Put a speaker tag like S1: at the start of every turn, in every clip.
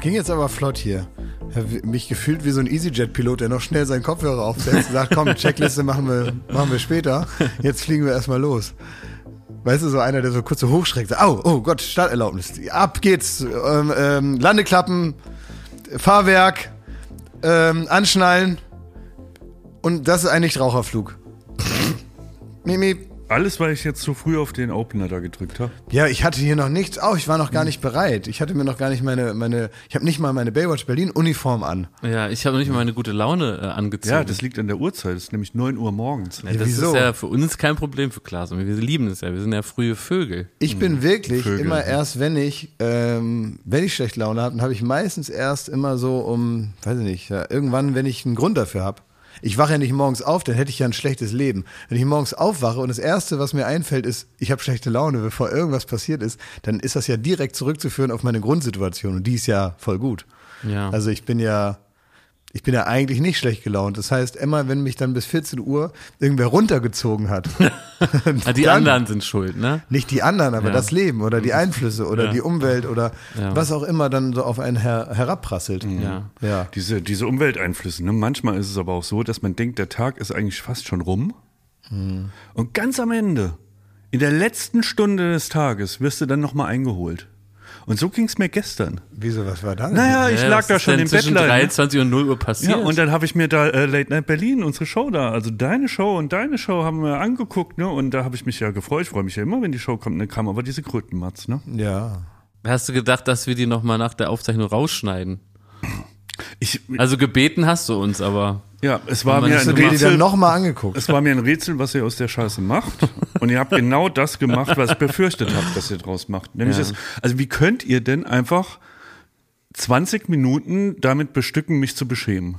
S1: Ging jetzt aber flott hier. Hab mich gefühlt wie so ein EasyJet-Pilot, der noch schnell seinen Kopfhörer aufsetzt und sagt, komm, Checkliste machen wir, machen wir später. Jetzt fliegen wir erstmal los. Weißt du, so einer, der so kurz so hochschreckt, so, oh, oh Gott, Starterlaubnis. Ab geht's. Ähm, ähm, Landeklappen, Fahrwerk, ähm, anschnallen. Und das ist ein Nichtraucherflug. Mimi.
S2: Alles, weil ich jetzt zu früh auf den Opener da gedrückt habe.
S1: Ja, ich hatte hier noch nichts. Oh, ich war noch gar nicht bereit. Ich hatte mir noch gar nicht meine, meine, ich habe nicht mal meine Baywatch Berlin Uniform an.
S3: Ja, ich habe noch nicht mal meine gute Laune äh, angezogen.
S2: Ja, das liegt an der Uhrzeit. Es ist nämlich 9 Uhr morgens.
S3: Ja, das
S1: wieso?
S3: ist ja für uns kein Problem für Klaas. Und wir lieben es ja. Wir sind ja frühe Vögel.
S1: Ich bin wirklich
S2: Vögel.
S1: immer erst, wenn ich, ähm, wenn ich schlecht Laune habe, dann habe ich meistens erst immer so um, weiß ich nicht, ja, irgendwann, wenn ich einen Grund dafür habe. Ich wache ja nicht morgens auf, dann hätte ich ja ein schlechtes Leben. Wenn ich morgens aufwache und das Erste, was mir einfällt, ist, ich habe schlechte Laune, bevor irgendwas passiert ist, dann ist das ja direkt zurückzuführen auf meine Grundsituation und die ist ja voll gut.
S3: Ja.
S1: Also ich bin ja, ich bin ja eigentlich nicht schlecht gelaunt. Das heißt, immer wenn mich dann bis 14 Uhr irgendwer runtergezogen hat,
S3: Ah, die
S1: dann-
S3: anderen sind schuld, ne?
S1: nicht die anderen, aber
S3: Ja.
S1: das Leben oder die Einflüsse oder
S3: Ja.
S1: die Umwelt oder
S3: Ja.
S1: was auch immer dann so auf einen her herabprasselt.
S3: Ja.
S1: Ja.
S2: Diese, diese Umwelteinflüsse. Ne? Manchmal ist es aber auch so, dass man denkt, der Tag ist eigentlich fast schon rum.
S3: Hm.
S2: Und ganz am Ende, in der letzten Stunde des Tages, wirst du dann nochmal eingeholt. Und so ging es mir gestern.
S1: Wieso, was war da? denn?
S2: Naja, ich
S3: Ja,
S2: lag
S3: was
S2: da
S3: ist
S2: schon
S3: denn
S2: im
S3: zwischen
S2: Bettlein. ne?
S3: 23 und 0 Uhr passiert.
S2: Ja, und dann habe ich mir da äh, Late Night Berlin, unsere Show da, also deine Show und deine Show haben wir angeguckt, ne? Und da habe ich mich ja gefreut. Ich freue mich ja immer, wenn die Show kommt, ne? Kam aber diese Krötenmatz, ne?
S3: Also
S1: Ja.
S3: hast du gedacht, dass wir die nochmal nach der Aufzeichnung rausschneiden?
S2: Ich,
S3: Also gebeten hast du uns, aber
S2: ja, es war
S3: Man
S2: mir
S3: ist
S2: ein
S3: so
S1: Hast du dir die
S2: Rätsel.
S1: dann nochmal angeguckt?
S2: Es war mir ein Rätsel, was ihr aus der Scheiße macht. Und ihr habt genau das gemacht, was ich befürchtet habt, dass ihr draus macht. Nämlich
S3: Ja.
S2: das, also wie könnt ihr denn einfach 20 Minuten damit bestücken, mich zu beschämen?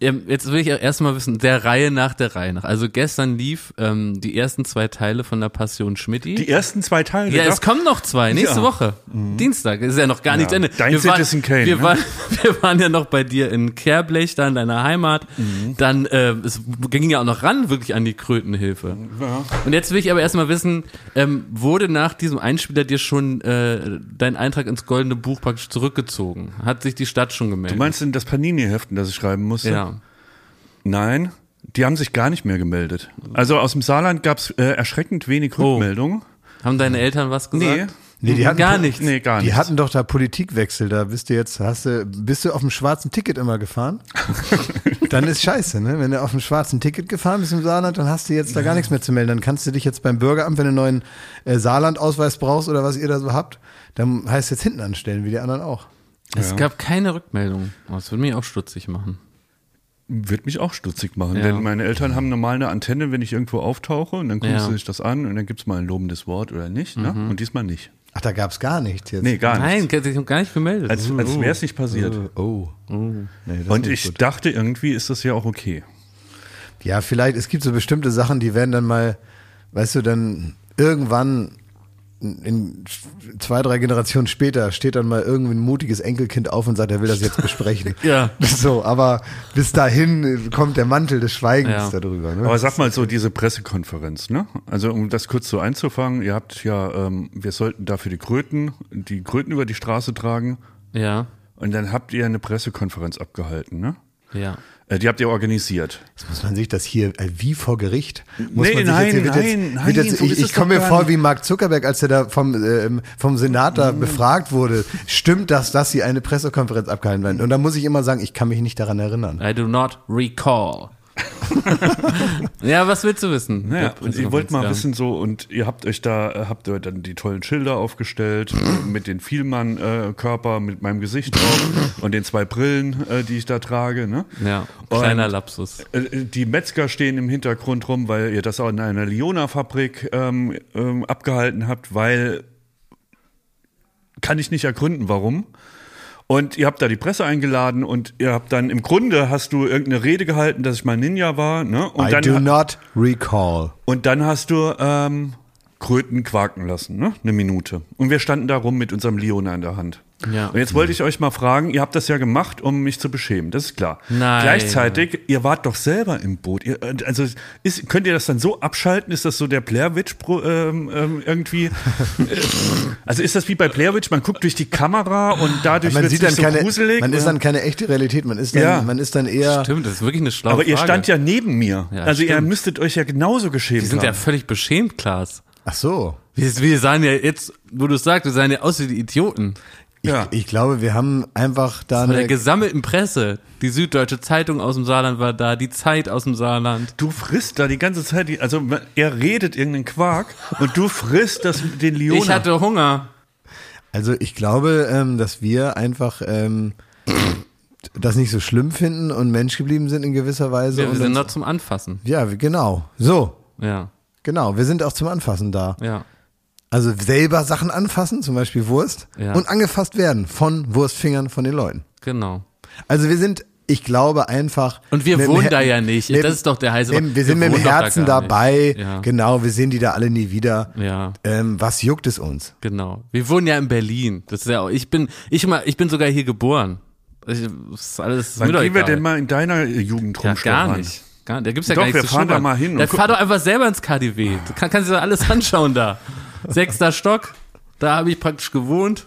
S3: Ähm, Jetzt will ich erstmal wissen, der Reihe nach der Reihe nach. Also gestern lief ähm, die ersten zwei Teile von der Passion Schmidti.
S2: Die ersten zwei Teile.
S3: ja,
S2: da-
S3: es kommen noch zwei, nächste
S2: Ja. Mhm.
S3: Woche. Dienstag, ist ja noch gar nichts Ende.
S2: Dein Citizen Kane,
S3: Wir,
S2: ne?
S3: waren, wir waren ja noch bei dir in Kerblech, da in deiner Heimat.
S2: Mhm.
S3: Dann, äh, es ging ja auch noch ran, wirklich an die Krötenhilfe. Und jetzt will ich aber erstmal wissen, ähm, wurde nach diesem Einspieler dir schon äh, dein Eintrag ins Goldene Buch praktisch zurückgezogen? Hat sich die Stadt schon gemeldet?
S2: Du meinst denn das Panini-Heften, das ich schreiben musste?
S3: ja.
S2: Nein, die haben sich gar nicht mehr gemeldet. Also aus dem Saarland gab es äh, erschreckend wenig
S3: Oh.
S2: Rückmeldungen.
S3: Haben deine Eltern was gesagt?
S1: Nee, die hatten
S3: Gar
S1: Po-
S3: nichts.
S2: Nee, gar
S1: Die
S2: nicht.
S1: hatten doch da Politikwechsel, da bist du jetzt, hast du, bist du auf dem schwarzen Ticket immer gefahren? dann ist scheiße, ne? Wenn du auf dem schwarzen Ticket gefahren bist im Saarland, dann hast du jetzt da gar nichts mehr zu melden. Dann kannst du dich jetzt beim Bürgeramt, wenn du einen neuen äh, Saarland-Ausweis brauchst oder was ihr da so habt, dann heißt es jetzt hinten anstellen, wie die anderen auch.
S3: Es
S2: Ja.
S3: gab keine Rückmeldung. Oh, das würde mich auch stutzig machen.
S2: Wird mich auch stutzig machen,
S3: Ja.
S2: denn meine Eltern haben normal eine Antenne, wenn ich irgendwo auftauche und dann gucken
S3: Ja.
S2: sie sich das an und dann gibt es mal ein lobendes Wort oder nicht. Ne?
S1: Mhm.
S2: Und diesmal nicht.
S1: Ach, da gab's gar nichts jetzt.
S2: Nee, gar
S3: Nein,
S2: nicht.
S3: die haben gar nicht gemeldet.
S2: Als, als wäre es nicht passiert.
S1: Oh. Nee, Uh. das
S2: und
S1: ist nicht
S2: ich
S1: gut.
S2: dachte, irgendwie ist das ja auch okay.
S1: Ja, vielleicht, es gibt so bestimmte Sachen, die werden dann mal, weißt du, dann irgendwann in zwei, drei Generationen später steht dann mal irgendwie ein mutiges Enkelkind auf und sagt, er will das jetzt besprechen.
S3: Ja.
S1: So, aber bis dahin kommt der Mantel des Schweigens
S3: Ja.
S1: darüber. Ne?
S2: Aber sag mal so, diese Pressekonferenz, ne? Also um das kurz so einzufangen, ihr habt ja, ähm, wir sollten dafür die Kröten, die Kröten über die Straße tragen.
S3: ja,
S2: Und dann habt ihr eine Pressekonferenz abgehalten, ne?
S3: ja.
S2: Äh, die habt ihr organisiert.
S1: Jetzt muss man sich das hier äh, wie vor Gericht? Muss
S2: Nee,
S1: man sich
S2: nein,
S1: hier- wird
S2: nein, nein,
S1: wird jetzt,
S2: so
S1: ich
S2: ist es
S1: ich komme
S2: doch
S1: mir
S2: gar
S1: vor
S2: nicht. Mhm.
S1: wie Mark Zuckerberg, als er da vom, ähm, vom Senat da befragt wurde. Stimmt das, dass sie eine Pressekonferenz abgehalten werden? Und da muss ich immer sagen, ich kann mich nicht daran erinnern.
S3: I do not recall. ja, was willst du wissen?
S2: Naja,
S3: Der
S2: und ihr wollt mal
S3: Ja.
S2: wissen so, und ihr habt euch da, äh, habt ihr dann die tollen Schilder aufgestellt, äh, mit den Vielmann-Körper, äh, mit meinem Gesicht drauf und den zwei Brillen, äh, die ich da trage, ne?
S3: Ja,
S2: Und,
S3: kleiner Lapsus.
S2: äh, Die Metzger stehen im Hintergrund rum, weil ihr das auch in einer Leona-Fabrik ähm, ähm, abgehalten habt, weil kann ich nicht ergründen, warum. Und ihr habt da die Presse eingeladen und ihr habt dann im Grunde hast du irgendeine Rede gehalten, dass ich mal Ninja war, ne? Und
S1: I
S2: dann
S1: do not recall.
S2: Und dann hast du ähm, Kröten quaken lassen, ne? Eine Minute. Und wir standen da rum mit unserem Leona in der Hand.
S3: Ja.
S2: Und jetzt wollte ich euch mal fragen, ihr habt das ja gemacht, um mich zu beschämen, das ist klar.
S3: Nein.
S2: Gleichzeitig, ihr wart doch selber im Boot. Ihr, also ist, könnt ihr das dann so abschalten? Ist das so der Blairwitch ähm, ähm, irgendwie? also ist das wie bei Blairwitch, man guckt durch die Kamera und dadurch
S1: Man
S2: wird es
S1: sieht dann
S2: so
S1: keine,
S2: gruselig?
S1: man ist
S2: oder?
S1: dann keine echte Realität, man ist dann,
S2: Ja.
S1: man ist dann eher,
S3: Stimmt, das ist wirklich eine schlaue
S2: Aber ihr
S3: Frage.
S2: stand ja neben mir.
S3: Ja,
S2: also ihr
S3: stimmt.
S2: müsstet euch ja genauso geschämt
S3: Die sind ja
S2: haben.
S3: völlig beschämt, Klaas.
S1: ach so.
S3: Wir, wir sahen ja jetzt, wo du es sagst, wir sahen ja aus wie die Idioten.
S1: Ich,
S2: Ja.
S1: ich glaube, wir haben einfach da
S3: Von der
S1: eine,
S3: gesammelten Presse. Die Süddeutsche Zeitung aus dem Saarland war da, die Zeit aus dem Saarland.
S2: Du frisst da die ganze Zeit, die, also er redet irgendeinen Quark und du frisst das, den Leona.
S3: Ich hatte Hunger.
S1: also ich glaube, ähm, dass wir einfach, ähm, das nicht so schlimm finden und Mensch geblieben sind in gewisser Weise.
S3: Wir,
S1: und
S3: wir sind
S1: uns-
S3: noch zum Anfassen.
S1: ja, genau. So,
S3: Ja,
S1: genau. Wir sind auch zum Anfassen da.
S3: ja.
S1: Also selber Sachen anfassen, zum Beispiel Wurst,
S3: Ja.
S1: und angefasst werden von Wurstfingern von den Leuten.
S3: Genau.
S1: Also wir sind, ich glaube einfach.
S3: Und wir
S1: mit dem
S3: wohnen
S1: Her-
S3: da ja nicht.
S1: mit-
S3: Das ist doch der heiße
S1: mit-
S3: Wort.
S1: Wir sind mit
S3: Wir
S1: dem
S3: wohnen doch da
S1: Herzen
S3: gar nicht.
S1: dabei.
S3: Ja.
S1: Genau, wir sehen die da alle nie wieder.
S3: Ja.
S1: Ähm, was juckt es uns?
S3: Genau. Wir wohnen ja in Berlin. Das ist ja auch, ich bin, ich mal, ich bin sogar hier geboren. Ich, das ist alles
S2: Wann
S3: mir doch
S2: gehen wir
S3: egal.
S2: denn mal in deiner Jugend rum,
S3: ja, gar
S2: Stefan?
S3: nicht. Gar, da gibt's ja
S2: Doch,
S3: gar nichts
S2: wir
S3: zu
S2: fahren da
S3: schnuppern.
S2: mal hin und
S3: Dann
S2: gu-
S3: fahr doch einfach selber ins KDW. Du kann, kannst dir alles anschauen da. Sechster Stock. Da habe ich praktisch gewohnt.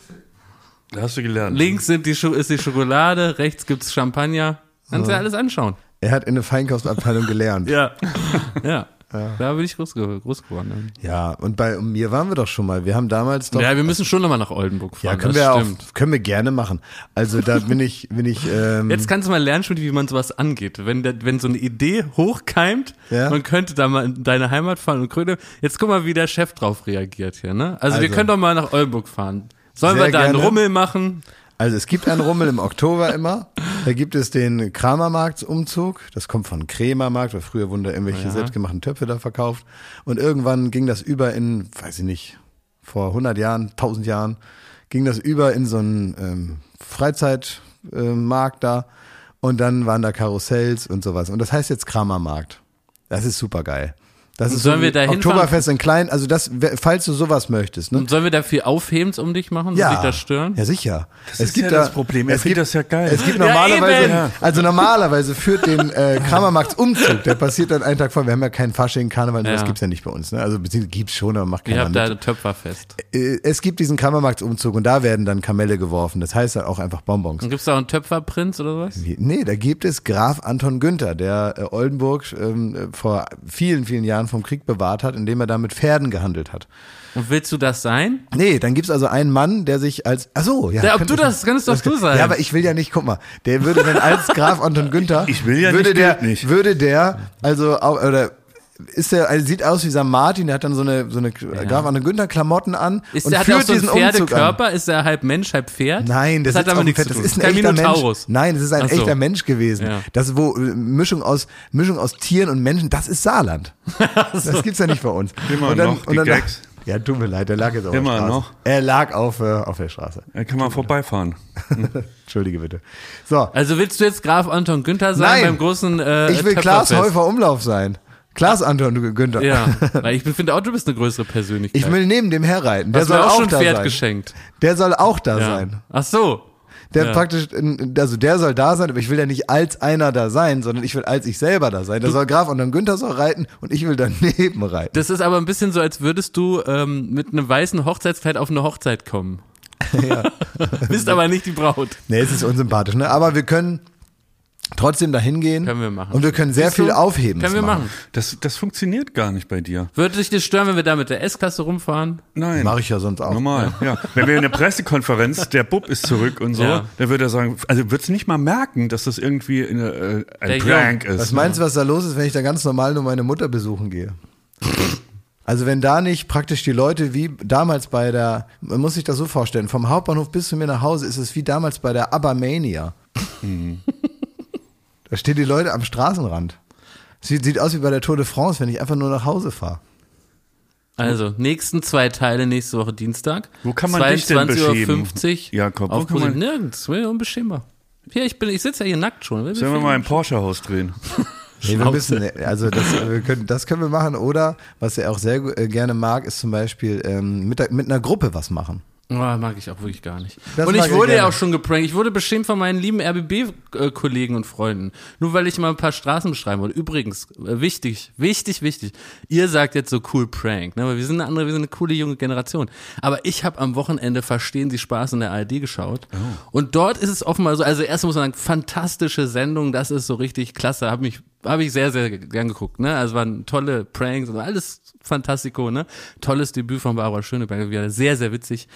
S2: Da hast du gelernt.
S3: Links sind die, Scho- ist die Schokolade, rechts gibt's Champagner. Kannst dir alles anschauen.
S1: Er hat in der Feinkostabteilung gelernt. ja.
S3: Ja. ja. Da bin ich groß, ge- groß geworden.
S1: und bei mir waren wir doch schon mal. Wir haben damals doch.
S3: Ja, wir müssen schon nochmal nach Oldenburg fahren.
S1: Ja, können
S3: das
S1: wir auch,
S3: stimmt.
S1: können wir gerne machen. Also da bin ich, bin ich. Ähm,
S3: Jetzt kannst du mal lernen, Schmidt, wie man sowas angeht. Wenn, der, wenn so eine Idee hochkeimt,
S1: Ja.
S3: man könnte da mal in deine Heimat fahren und Kröte. Jetzt guck mal, wie der Chef drauf reagiert hier. Ne? Also, wir
S1: Also.
S3: können doch mal nach Oldenburg fahren. Sollen
S1: Sehr
S3: wir da einen
S1: gerne.
S3: Rummel machen?
S1: Also es gibt einen Rummel im Oktober immer. Da gibt es den Kramermarktsumzug. Das kommt von Krämermarkt, weil früher wurden da irgendwelche selbstgemachten Töpfe da verkauft. Und irgendwann ging das über in, weiß ich nicht, vor 100 Jahren, 1000 Jahren, ging das über in so einen ähm, Freizeitmarkt äh, Markt da. Und dann waren da Karussells und sowas. Und das heißt jetzt Kramermarkt. Das ist super geil. Das ist
S3: sollen
S1: so
S3: wir
S1: wie
S3: da hinfahren? Mhm.
S1: Oktoberfest in klein. Also das, wer- falls du sowas möchtest, ne?
S3: Und sollen wir da viel Aufhebens um dich machen? Soll dich das stören?
S1: Ja, sicher. es
S2: ist ja das Problem. Er
S1: es
S2: findet
S1: gibt
S2: das ja geil.
S1: Es gibt
S3: Ja,
S1: normalerweise,
S3: eben. Ja.
S1: also normalerweise führt den äh, Kramermarkts Umzug, der passiert dann einen Tag vor. Wir haben ja keinen Fasching, Karneval,
S3: Ja.
S1: das gibt's ja nicht bei uns. Ne? Also beziehungsweise gibt's schon, aber macht
S3: Ihr
S1: keiner
S3: habt da
S1: mit.
S3: Töpferfest.
S1: Äh, Es gibt diesen Kramermarktsumzug und da werden dann Kamelle geworfen. Das heißt dann auch einfach Bonbons.
S3: Und gibt's da auch einen Töpferprinz oder was?
S1: Wie- Nee, da gibt es Graf Anton Günther, der äh, Oldenburg ähm, äh, vor vielen, vielen Jahren vom Krieg bewahrt hat, indem er da mit Pferden gehandelt hat.
S3: Und willst du das sein?
S1: Nee, dann gibt's also einen Mann, der sich als. Ach so, ja.
S3: Ja, ob
S1: könnte-
S3: du das, kannst doch du sein.
S1: Ja, aber ich will ja nicht, guck mal, der würde dann als Graf Anton Günther,
S2: Ich will ja
S1: würde
S2: nicht,
S1: der,
S2: gilt nicht.
S1: würde der, also, au- oder, ist der, also sieht aus wie Sam Martin, der hat dann so eine, so eine Graf Anton Günther Klamotten an
S3: Ist
S1: und
S3: der, hat er auch
S1: führt
S3: so einen
S1: diesen Umzug an.
S3: Pferdekörper? Ist er halb Mensch, halb Pferd?
S1: Nein, das,
S3: das hat
S1: sitzt
S3: aber
S1: auf dem
S3: nichts
S1: Pferd.
S3: zu
S1: Das
S3: tun.
S1: ist ein
S3: Kein
S1: echter
S3: Minotaurus.
S1: Mensch. Nein, das ist ein
S3: Ach so.
S1: echter Mensch gewesen.
S3: Ja.
S1: Das wo äh, Mischung aus Mischung aus Tieren und Menschen. Das ist Saarland. Das gibt's ja nicht bei uns.
S2: Immer
S1: und dann,
S2: noch die
S1: und dann,
S2: Gags.
S1: Ja, tut mir leid, der lag jetzt auf
S2: Immer
S1: der Straße.
S2: noch.
S1: Er lag auf, äh, auf der Straße.
S2: Da kann man vorbeifahren.
S1: Entschuldige bitte. So,
S3: Also willst du jetzt Graf Anton Günther sein
S1: Nein.
S3: beim großen äh,
S1: ich will Klaas
S3: Töpferfest?
S1: Häufer Umlauf sein. Klaas Anton Gü- Günther.
S3: Ja, weil ich finde auch, du bist eine größere Persönlichkeit.
S1: Ich will neben dem herreiten. Der
S3: Hast du
S1: soll
S3: mir auch
S1: auch,
S3: schon ein
S1: da
S3: Pferd
S1: sein.
S3: geschenkt.
S1: Der soll auch da
S3: Ja.
S1: sein.
S3: Ach so.
S1: Der
S3: Ja.
S1: praktisch, in- also der soll da sein, aber ich will ja nicht als einer da sein, sondern ich will als ich selber da sein. Der soll Graf Anton Günther soll reiten und ich will daneben reiten.
S3: Das ist aber ein bisschen so, als würdest du ähm, mit einem weißen Hochzeitskleid auf eine Hochzeit kommen. bist aber nicht die Braut.
S1: Nee, es ist unsympathisch, ne? Aber wir können trotzdem dahin gehen.
S3: Können wir machen.
S1: Und wir können sehr
S3: Siehst
S1: viel
S3: du?
S1: aufheben.
S3: Können wir machen.
S2: Das, das funktioniert gar nicht bei dir.
S3: Würde dich das stören, wenn wir da mit der S-Klasse rumfahren?
S2: Nein.
S1: Mache ich ja sonst auch.
S2: Normal, ja. Wenn wir in der Pressekonferenz, der Bub ist zurück und so,
S3: Ja.
S2: dann würde er sagen, also wird's nicht mal merken, dass das irgendwie eine, äh, ein
S3: Der
S2: Prank ist.
S1: Was meinst du, was da los ist, wenn ich da ganz normal nur meine Mutter besuchen gehe? Also wenn da nicht praktisch die Leute wie damals bei der, man muss sich das so vorstellen, vom Hauptbahnhof bis zu mir nach Hause ist es wie damals bei der Abba-Mania. da stehen die Leute am Straßenrand. Sieht, sieht aus wie bei der Tour de France, wenn ich einfach nur nach Hause fahre.
S3: Also, nächsten zwei Teile nächste Woche Dienstag.
S2: Wo kann man dich denn
S3: 22.50 Uhr.
S2: beschämen, Jakob? Wo
S3: auf
S2: kann man-
S3: Pro- Nirgends. Ich bin unbeschämbar. Hier, ich, bin, ich sitze ja hier nackt schon.
S2: Sollen wir mal im Porsche-Haus drehen?
S1: Nee, wir
S3: Schnauze.
S1: müssen, also das, wir können, das können äh, wir machen oder was er auch sehr gu- äh, gerne mag, ist zum Beispiel ähm, mit, der, mit einer Gruppe was machen.
S3: Oh, mag ich auch wirklich gar nicht.
S4: Das
S3: und
S4: mag
S3: ich
S4: ich
S3: wurde ja
S4: gerne.
S3: auch schon geprankt. Ich wurde beschimpft von meinen lieben RBB-Kollegen und Freunden. Nur weil ich mal ein paar Straßen beschreiben wollte. Übrigens, äh, wichtig, wichtig, wichtig. Ihr sagt jetzt so cool Prank, ne? Aber wir sind eine andere, wir sind eine coole junge Generation. Aber ich habe am Wochenende Verstehen Sie Spaß in der ARD geschaut. Und dort ist es offenbar so, also erst muss man sagen, fantastische Sendung, das ist so richtig klasse. Hab mich, habe ich sehr, sehr gern geguckt, ne? Also waren tolle Pranks und alles fantastico, ne? Tolles Debüt von Barbara Schöneberger, wieder sehr, sehr witzig.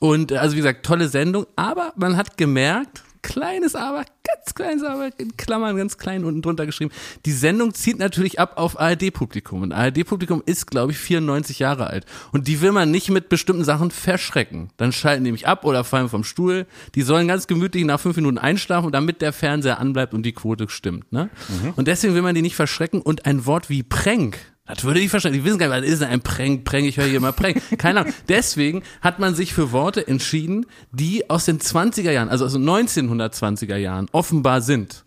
S3: Und äh, also wie gesagt, tolle Sendung, aber man hat gemerkt, kleines aber, ganz kleines aber, in Klammern ganz klein unten drunter geschrieben, die Sendung zieht natürlich ab auf ARD-Publikum und ARD-Publikum ist, glaube ich, 94 Jahre alt und die will man nicht mit bestimmten Sachen verschrecken. Dann schalten die mich ab oder fallen vom Stuhl, die sollen ganz gemütlich nach fünf Minuten einschlafen, damit der Fernseher anbleibt und die Quote stimmt. Ne? Und deswegen will man die nicht verschrecken und ein Wort wie Pränk das würde ich verstehen. Die wissen gar nicht, was ist denn ein Prank, Prank, ich höre hier immer Prank. Keine Ahnung. Deswegen hat man sich für Worte entschieden, die aus den 20er Jahren, also aus den 1920er Jahren offenbar sind.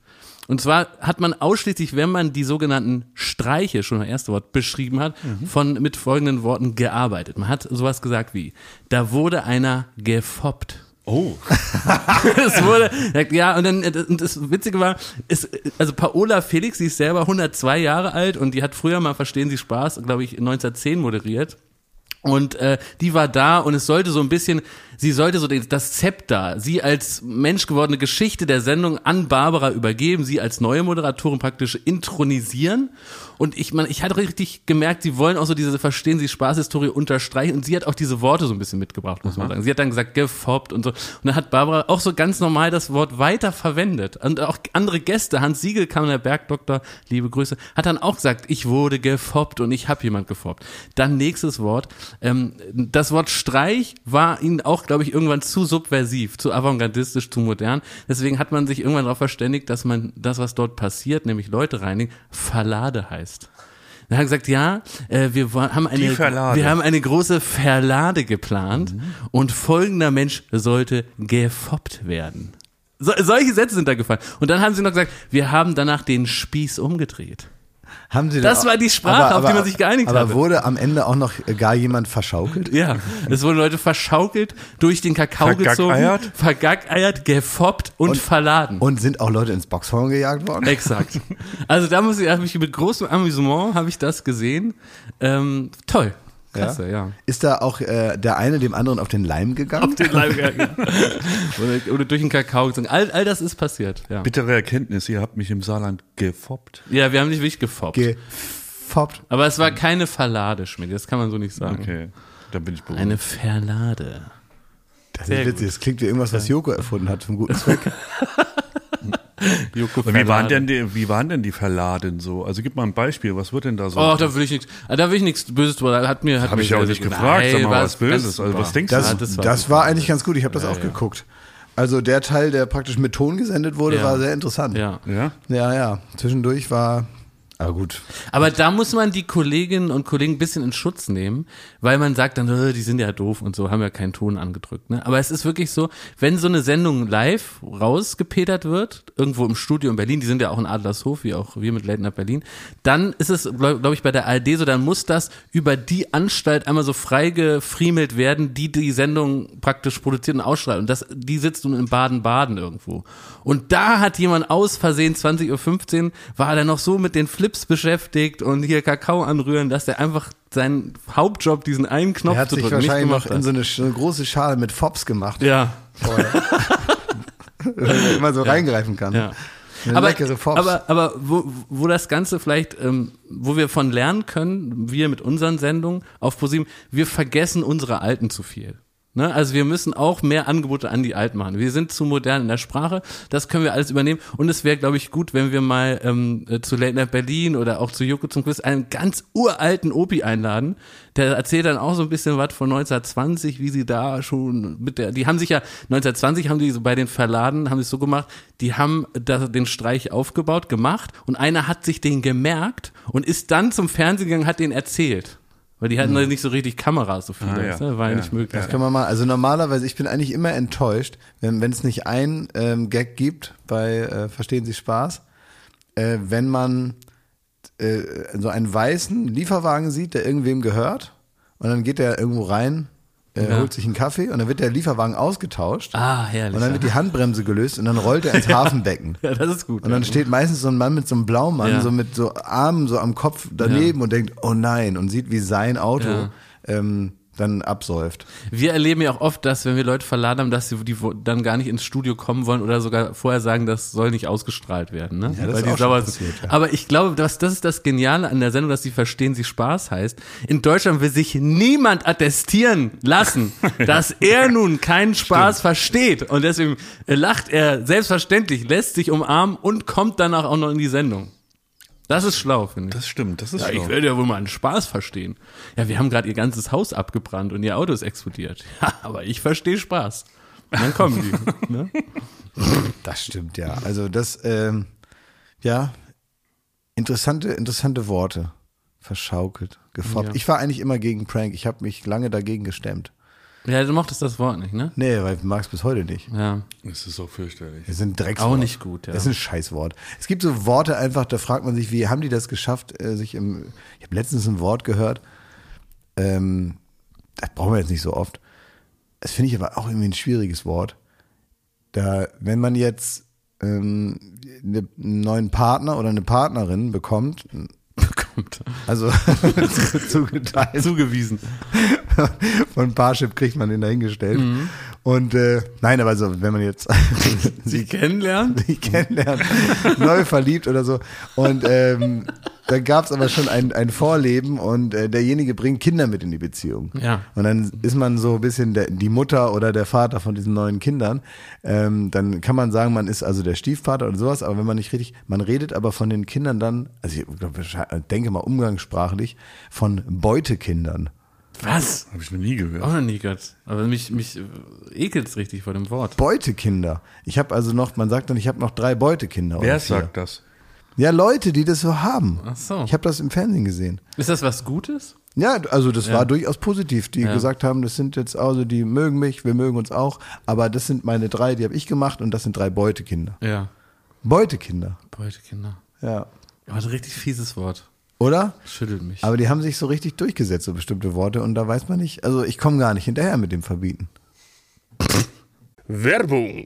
S3: Und zwar hat man ausschließlich, wenn man die sogenannten Streiche, schon das erste Wort, beschrieben hat, von mit folgenden Worten gearbeitet. Man hat sowas gesagt wie, da wurde einer gefoppt.
S2: Oh,
S3: Es wurde, ja, und dann, und das Witzige war, ist, also Paola Felix, sie ist selber 102 Jahre alt und die hat früher mal Verstehen Sie Spaß, glaube ich, 1910 moderiert. Und äh, die war da und es sollte so ein bisschen, sie sollte so den, das Zepter, sie als Mensch gewordene Geschichte der Sendung an Barbara übergeben, sie als neue Moderatorin praktisch intronisieren. Und ich man, ich hatte richtig gemerkt, sie wollen auch so diese Verstehen Sie Spaßhistorie unterstreichen. Und sie hat auch diese Worte so ein bisschen mitgebracht, muss man sagen. Sie hat dann gesagt, gefoppt und so. Und dann hat Barbara auch so ganz normal das Wort weiter verwendet. Und auch andere Gäste, Hans Siegel kam der Bergdoktor, liebe Grüße, hat dann auch gesagt, ich wurde gefoppt und ich habe jemand gefoppt. Dann nächstes Wort. Ähm, das Wort Streich war ihnen auch, glaube ich, irgendwann zu subversiv, zu avantgardistisch, zu modern. Deswegen hat man sich irgendwann darauf verständigt, dass man das, was dort passiert, nämlich Leute reinigen, Verlade heißt. Dann haben gesagt, ja, äh, wir wa- haben eine,
S2: Verlade.
S3: wir haben eine große Verlade geplant und folgender Mensch sollte gefoppt werden. So, solche Sätze sind da gefallen. Und dann haben sie noch gesagt, wir haben danach den Spieß umgedreht.
S4: Haben Sie
S3: Das
S4: denn-
S3: war die Sprache, auf die man sich geeinigt
S4: aber
S3: hatte.
S4: Aber wurde am Ende auch noch gar jemand verschaukelt?
S3: Ja, es wurden Leute verschaukelt, durch den Kakao
S2: Vergackeiert.
S3: gezogen, vergackeiert, gefoppt und, verladen.
S4: Und sind auch Leute ins Boxhorn gejagt worden?
S3: Exakt. Also da muss ich, habe ich mit großem Amüsement habe ich das gesehen. Ähm, toll. Klasse, ja.
S4: Ist da auch äh, der eine dem anderen auf den Leim gegangen?
S3: Den Leib gegangen. oder, oder durch den Kakao gezogen. All, all das ist passiert. Ja.
S2: bittere Erkenntnis, ihr habt mich im Saarland gefoppt.
S3: ja, wir haben dich wirklich gefoppt.
S4: Gefoppt.
S3: Aber es war keine Verlade, Schmidt. Das kann man so nicht sagen.
S2: Okay, da bin ich beruhigt.
S3: Eine Verlade.
S4: Das
S3: Sehr
S4: ist witzig.
S3: gut.
S4: Das klingt wie irgendwas, was Joko erfunden hat zum guten Zweck.
S3: Joko
S2: Und wie waren,
S3: Verlade.
S2: denn die, wie waren denn die Verladen so? Also gib mal ein Beispiel, was wird denn da so?
S3: Oh, da will ich nichts. Da will ich nichts Böses drüber. Hat mir hat
S2: Hab
S3: mir
S2: ich ja auch
S3: sehr,
S2: nicht
S3: sehr gut-
S2: gefragt, sag mal,
S3: war
S2: was
S3: ganz
S2: Böses. Also, was
S3: super.
S2: denkst du?
S4: Das,
S3: Ja,
S4: das
S3: das
S4: war,
S3: war
S4: eigentlich ganz gut. Ich habe das auch geguckt. Also der Teil, der praktisch mit Ton gesendet wurde,
S3: Ja.
S4: war sehr interessant.
S3: Ja.
S2: ja?
S4: ja, ja. Zwischendurch war. Aber gut.
S3: Aber da muss man die Kolleginnen und Kollegen ein bisschen in Schutz nehmen, weil man sagt dann, äh, die sind ja doof und so, haben ja keinen Ton angedrückt. Ne? Aber es ist wirklich so, wenn so eine Sendung live rausgepetert wird, irgendwo im Studio in Berlin, die sind ja auch in Adlershof, wie auch wir mit Late Night Berlin, dann ist es, glaube glaub ich, bei der ARD so, dann muss das über die Anstalt einmal so freigefriemelt werden, die die Sendung praktisch produziert und ausstrahlt. Und das, die sitzt nun in Baden-Baden irgendwo. Und da hat jemand aus Versehen 20.15 Uhr war er noch so mit den Flips beschäftigt und hier Kakao anrühren, dass er einfach seinen Hauptjob, diesen einen Knopf
S4: Er hat
S3: zu
S4: sich
S3: drücken, nicht
S4: wahrscheinlich noch
S3: gemacht
S4: in
S3: hat.
S4: so eine, so eine große Schale mit Fops gemacht,
S3: Ja,
S4: wo er immer so reingreifen kann.
S3: ja.
S4: Eine
S3: Aber,
S4: leckere Fops.
S3: aber, aber wo, wo das Ganze vielleicht, ähm, wo wir von lernen können, wir mit unseren Sendungen auf ProSieben, wir vergessen unsere Alten zu viel. Ne? Also wir müssen auch mehr Angebote an die Alten machen. Wir sind zu modern in der Sprache, das können wir alles übernehmen. Und es wäre, glaube ich, gut, wenn wir mal ähm, äh, zu Late Night Berlin oder auch zu Joko zum Quiz einen ganz uralten Opi einladen. Der erzählt dann auch so ein bisschen was von 1920, wie sie da schon mit der, die haben sich ja, 1920 haben die so bei den Verladen, haben sie es so gemacht, die haben da den Streich aufgebaut, gemacht und einer hat sich den gemerkt und ist dann zum Fernsehen gegangen, hat den erzählt. Weil die hatten ja nicht so richtig Kameras, so viele,
S2: Ah, ja.
S3: weißt du? war ja,
S2: Ja,
S3: nicht möglich.
S4: Das kann man mal, also normalerweise, ich bin eigentlich immer enttäuscht, wenn wenn es nicht ein ähm, Gag gibt bei äh, Verstehen Sie Spaß, äh, wenn man äh, so einen weißen Lieferwagen sieht, der irgendwem gehört und dann geht der irgendwo rein
S1: äh,
S5: Ja.
S1: holt sich einen Kaffee und dann wird der Lieferwagen ausgetauscht
S5: Ah,
S1: und dann
S5: herrlich.
S1: wird die Handbremse gelöst und dann rollt er ins Hafenbecken.
S5: Ja, das ist gut.
S1: Und dann steht meistens so ein Mann mit so einem Blaumann,
S5: Ja.
S1: so mit so Armen so am Kopf daneben und denkt, oh nein, und sieht, wie sein Auto
S5: Ja.
S1: ähm, dann absäuft.
S5: Wir erleben ja auch oft, dass wenn wir Leute verladen haben, dass sie die wo- dann gar nicht ins Studio kommen wollen oder sogar vorher sagen, das soll nicht ausgestrahlt werden, ne?
S1: das ist
S5: die
S1: auch schon
S5: sauer sind.
S1: passiert, ja.
S5: Aber ich glaube, das, das ist das Geniale an der Sendung, dass sie verstehen, sie Spaß heißt. In Deutschland will sich niemand attestieren lassen, dass er nun keinen Spaß versteht. Und deswegen äh, lacht er selbstverständlich, lässt sich umarmen und kommt danach auch noch in die Sendung. Das ist schlau, finde ich.
S2: Das stimmt, das ist
S5: Ja, ich
S2: schlau.
S5: werde ja wohl mal einen Spaß verstehen. Ja, wir haben gerade ihr ganzes Haus abgebrannt und ihr Auto ist explodiert. Ja, aber ich verstehe Spaß. Und dann kommen die. ne?
S1: Das stimmt, ja. Also das, ähm, ja, interessante, interessante Worte. Verschaukelt, gefoppt.
S5: Ja.
S1: Ich war eigentlich immer gegen Prank. Ich habe mich lange dagegen gestemmt.
S5: Ja, du mochtest das Wort nicht, ne?
S1: Nee, weil ich mag es bis heute nicht.
S5: Ja.
S2: Das ist so fürchterlich.
S1: Das sind Dreckswort.
S5: Auch nicht gut, ja.
S1: Das ist ein Scheißwort. Es gibt so Worte einfach, da fragt man sich, wie haben die das geschafft, äh, sich im. Ich habe letztens ein Wort gehört, ähm, das brauchen wir jetzt nicht so oft. Das finde ich aber auch irgendwie ein schwieriges Wort. Da, wenn man jetzt ähm, ne- einen neuen Partner oder eine Partnerin bekommt,
S5: Bekommt.
S1: also zugeteilt
S5: Zugewiesen.
S1: von Parship kriegt man den dahingestellt.
S5: Mhm.
S1: Und äh, nein, aber so, wenn man jetzt
S5: Sie kennenlernen?
S1: die kennenlernen, neu verliebt oder so. Und ähm, da gab es aber schon ein, ein Vorleben und äh, derjenige bringt Kinder mit in die Beziehung.
S5: Ja.
S1: Und dann ist man so ein bisschen der, die Mutter oder der Vater von diesen neuen Kindern. Ähm, dann kann man sagen, man ist also der Stiefvater oder sowas, aber wenn man nicht richtig, man redet aber von den Kindern dann, also ich glaub, ich denke mal umgangssprachlich, von Beutekindern.
S5: Was?
S2: Habe ich noch nie
S5: Auch
S2: gehört.
S5: noch nie gehört. Aber mich, mich äh, ekelt's richtig vor dem Wort.
S1: Beutekinder. Ich habe also noch, man sagt dann, ich habe noch drei Beutekinder. oder
S2: Wer
S1: vier.
S2: sagt das?
S1: Ja, Leute, die das so haben.
S5: Ach so.
S1: Ich habe das im Fernsehen gesehen.
S5: Ist das was Gutes?
S1: Ja, also das war durchaus positiv. Die gesagt haben, das sind jetzt also, die mögen mich, wir mögen uns auch, aber das sind meine drei, die habe ich gemacht und das sind drei Beutekinder.
S5: Ja.
S1: Beutekinder,
S5: Beutekinder.
S1: ja.
S5: Aber ein richtig fieses Wort.
S1: Oder?
S5: Schüttelt mich.
S1: Aber die haben sich so richtig durchgesetzt, so bestimmte Worte und da weiß man nicht, also ich komme gar nicht hinterher mit dem Verbieten.
S6: Werbung.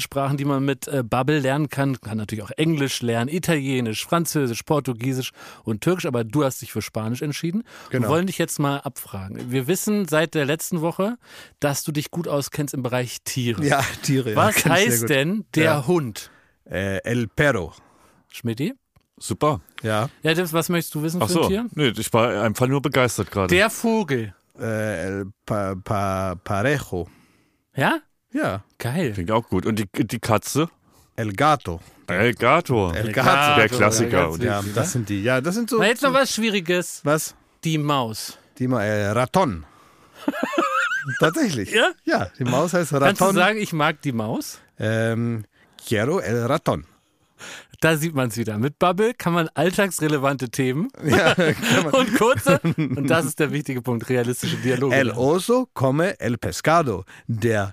S3: Sprachen, die man mit äh, Bubble lernen kann. Man kann natürlich auch Englisch lernen, Italienisch, Französisch, Portugiesisch und Türkisch, aber du hast dich für Spanisch entschieden.
S7: Genau.
S3: Wir wollen dich jetzt mal abfragen. Wir wissen seit der letzten Woche, dass du dich gut auskennst im Bereich Tiere.
S7: Ja, Tiere.
S3: Was heißt denn der Hund,
S7: Äh, El Perro.
S3: Schmidti?
S2: Super.
S7: Ja.
S3: Ja, Tipps, was möchtest du wissen
S2: Ach
S3: für
S2: so.
S3: ein Tier?
S2: Nee, ich war einfach nur begeistert gerade.
S3: Der Vogel.
S7: Äh, El pa pa Parejo.
S3: Ja?
S7: Ja.
S3: Geil.
S2: Klingt auch gut. Und die, die Katze?
S7: El Gato.
S2: El Gato.
S7: El Gato.
S2: Der Klassiker. Und
S7: Ja, das sind die. Ja, das sind so.
S3: Na, jetzt noch was Schwieriges.
S7: Was?
S3: Die Maus.
S7: Die Ma äh, Raton. Tatsächlich.
S3: Ja?
S7: Ja, die Maus heißt Raton.
S3: Kannst du sagen, ich mag die Maus?
S7: Ähm, quiero el ratón.
S3: Da sieht man es wieder. Mit Bubble kann man alltagsrelevante Themen und kurze, und das ist der wichtige Punkt, realistische Dialoge.
S7: El oso come el pescado. Der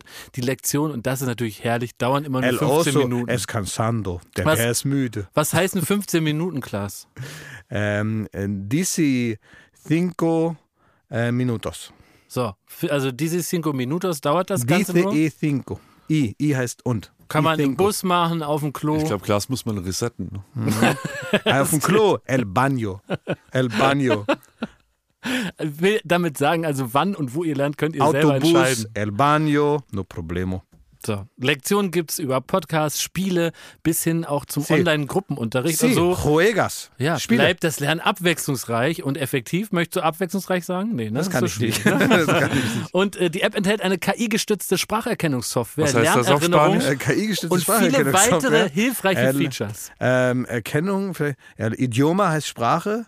S3: Die Lektion, und das ist natürlich herrlich, dauern immer nur
S7: El
S3: 15
S7: oso
S3: Minuten.
S7: es cansando. Der
S3: Was-
S7: Bär ist müde.
S3: Was heißen 15 Minuten, Klaas?
S1: Ehm,
S7: Ähm, äh, dici cinco äh, minutos.
S3: So, f- also diese cinco minutos dauert das Ganze
S7: Dice
S3: nur.
S7: e cinco. I, I heißt und.
S3: Kann
S7: I
S3: man im
S7: cinco.
S3: Bus machen, auf dem Klo.
S2: Ich glaube, Klaas muss man resetten. ne?
S7: Auf dem Klo. El baño. El baño.
S3: Äh,
S8: Will damit sagen, also wann und wo ihr lernt, könnt ihr selber
S1: Autobus,
S8: entscheiden.
S1: el baño, no problemo.
S8: So. Lektionen gibt's über Podcasts, Spiele bis hin auch zum
S1: Si.
S8: Online-Gruppenunterricht und
S1: Sí,
S8: so.
S1: juegas.
S8: also- Ja,
S1: Spiele.
S8: bleibt das Lernen abwechslungsreich und effektiv. Möchtest du abwechslungsreich sagen? Nee, ne?
S1: das kann
S8: so
S1: ich nicht.
S8: schwierig, ne?
S1: Das kann ich nicht.
S8: Und äh, die App enthält eine KI-gestützte Spracherkennungssoftware,
S2: Was heißt das auf
S8: Lernerinnerung
S2: Spanisch?
S1: Äh, KI-gestützte
S8: und viele weitere
S1: Spracherkennungssoftware.
S8: hilfreiche
S1: Äh,
S8: Features.
S1: Ähm, Erkennung, vielleicht, ja, Idioma heißt Sprache,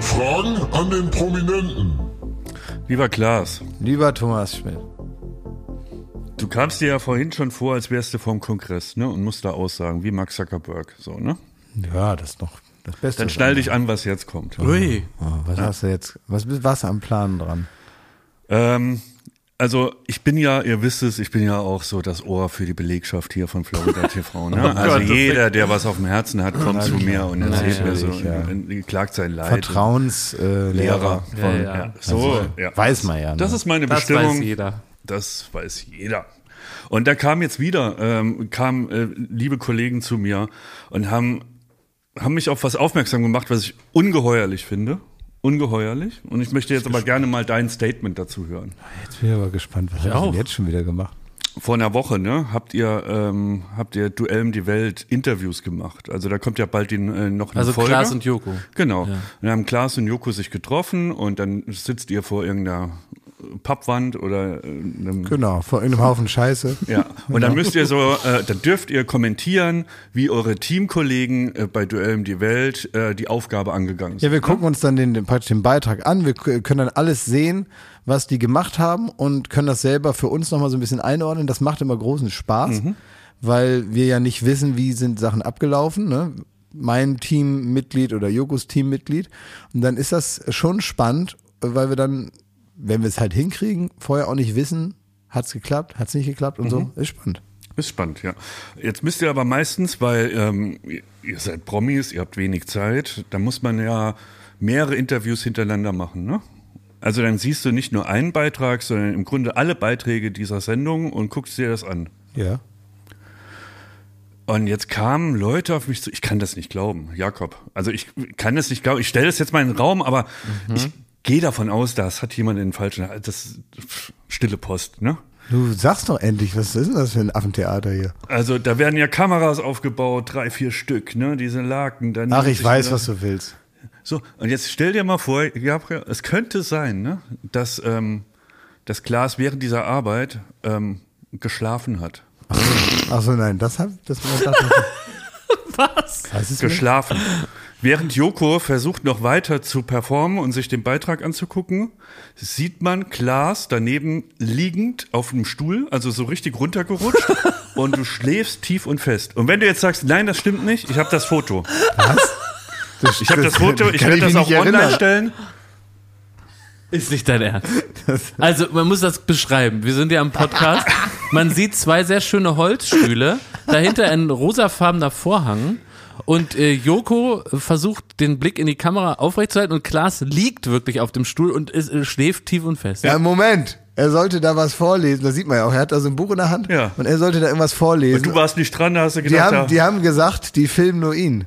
S9: Fragen an den Prominenten.
S2: Lieber Klaas,
S4: Lieber Thomas Schmidt.
S2: du kamst dir ja vorhin schon vor, als wärst du vom Kongress, ne? Und musst da aussagen, wie Mark Zuckerberg. So, ne?
S4: Ja, das ist noch das Beste.
S2: Dann schnall dich an, was jetzt kommt.
S3: Ui.
S4: Oh, was hast du jetzt? Was bist- warst du am Plan dran?
S2: Ähm, also ich bin ja, ihr wisst es, ich bin ja auch so das Ohr für die Belegschaft hier von Florida
S4: Oh
S2: TV. Ne? Also jeder, der was auf dem Herzen hat, kommt zu mir und erzählt mir so, äh, klagt sein Leid.
S4: Vertrauenslehrer. Äh,
S2: Lehrer.
S4: Lehrer.
S2: Von,
S3: Ja, ja.
S2: So,
S4: Also,
S2: ja.
S4: weiß man ja, ne?
S2: Das ist meine
S3: Das
S2: Bestimmung.
S3: weiß jeder.
S2: Das weiß jeder. Und da kam jetzt wieder, ähm, kamen äh, liebe Kollegen zu mir und haben, haben mich auf was aufmerksam gemacht, was ich ungeheuerlich finde. Ungeheuerlich. Und ich möchte jetzt aber gerne mal dein Statement dazu hören.
S4: Jetzt bin ich aber gespannt, was habe ich denn jetzt schon wieder gemacht?
S2: Vor einer Woche, ne, habt ihr, ähm, habt ihr Duell um die Welt Interviews gemacht. Also da kommt ja bald die, äh, noch eine
S3: Also
S2: Folge.
S3: Klaas und Joko.
S2: Genau. Dann haben Klaas und Joko sich getroffen und dann sitzt ihr vor irgendeiner Pappwand oder äh, einem
S4: Genau, vor irgendeinem Haufen Scheiße.
S2: ja, und dann müsst ihr so, äh, dann dürft ihr kommentieren, wie eure Teamkollegen äh, bei Duell um die Welt äh, die Aufgabe angegangen sind.
S4: Ja, wir gucken uns dann den, den, praktisch den Beitrag an. Wir k- können dann alles sehen, was die gemacht haben und können das selber für uns nochmal so ein bisschen einordnen. Das macht immer großen Spaß, weil wir ja nicht wissen, wie sind Sachen abgelaufen. Ne? Mein Teammitglied oder Jokos Teammitglied. Und dann ist das schon spannend, weil wir dann, wenn wir es halt hinkriegen, vorher auch nicht wissen, hat's geklappt, hat's nicht geklappt und so. Ist spannend.
S2: Ist spannend, ja. Jetzt müsst ihr aber meistens, weil ähm, ihr- ihr seid Promis, ihr habt wenig Zeit, da muss man ja mehrere Interviews hintereinander machen, ne? Also dann siehst du nicht nur einen Beitrag, sondern im Grunde alle Beiträge dieser Sendung und guckst dir das an.
S4: Ja.
S2: Und jetzt kamen Leute auf mich zu, ich kann das nicht glauben, Jakob. Also ich kann das nicht glauben, ich stelle das jetzt mal in den Raum, aber
S4: Mhm.
S2: ich gehe davon aus, das hat jemand in den falschen, das pff, stille Post, ne?
S4: Du sagst doch endlich, was ist denn das für ein Affentheater hier?
S2: Also da werden ja Kameras aufgebaut, drei, vier Stück, ne? Diese Laken. Dann
S4: Ach, ich weiß, was du willst.
S2: So, und jetzt stell dir mal vor, Gabriel, es könnte sein, ne? Dass ähm, das Glas während dieser Arbeit ähm, geschlafen hat.
S4: Ach so, nein, das hab das, das Was? Was ist mit-
S2: geschlafen. Während Joko versucht noch weiter zu performen und sich den Beitrag anzugucken, sieht man Klaas daneben liegend auf dem Stuhl, also so richtig runtergerutscht und du schläfst tief und fest. Und wenn du jetzt sagst, nein, das stimmt nicht, ich habe das Foto.
S4: Das,
S2: Ich habe das Foto, ich
S4: kann
S2: werde das
S4: mich
S2: auch
S4: nicht
S2: online
S4: erinnern.
S2: stellen.
S3: Ist nicht dein Ernst. Also, man muss das beschreiben. Wir sind ja am Podcast. Man sieht zwei sehr schöne Holzstühle, dahinter ein rosafarbener Vorhang. Und äh, Joko versucht, den Blick in die Kamera aufrechtzuerhalten und Klaas liegt wirklich auf dem Stuhl und ist, äh, schläft tief und fest.
S4: Ja, Moment. Er sollte da was vorlesen, das sieht man ja auch. Er hat da so ein Buch in der Hand
S2: Ja.
S4: und er sollte da irgendwas vorlesen.
S2: Du warst nicht dran, da hast du
S4: die,
S2: gedacht,
S4: haben, die haben gesagt, die filmen nur ihn.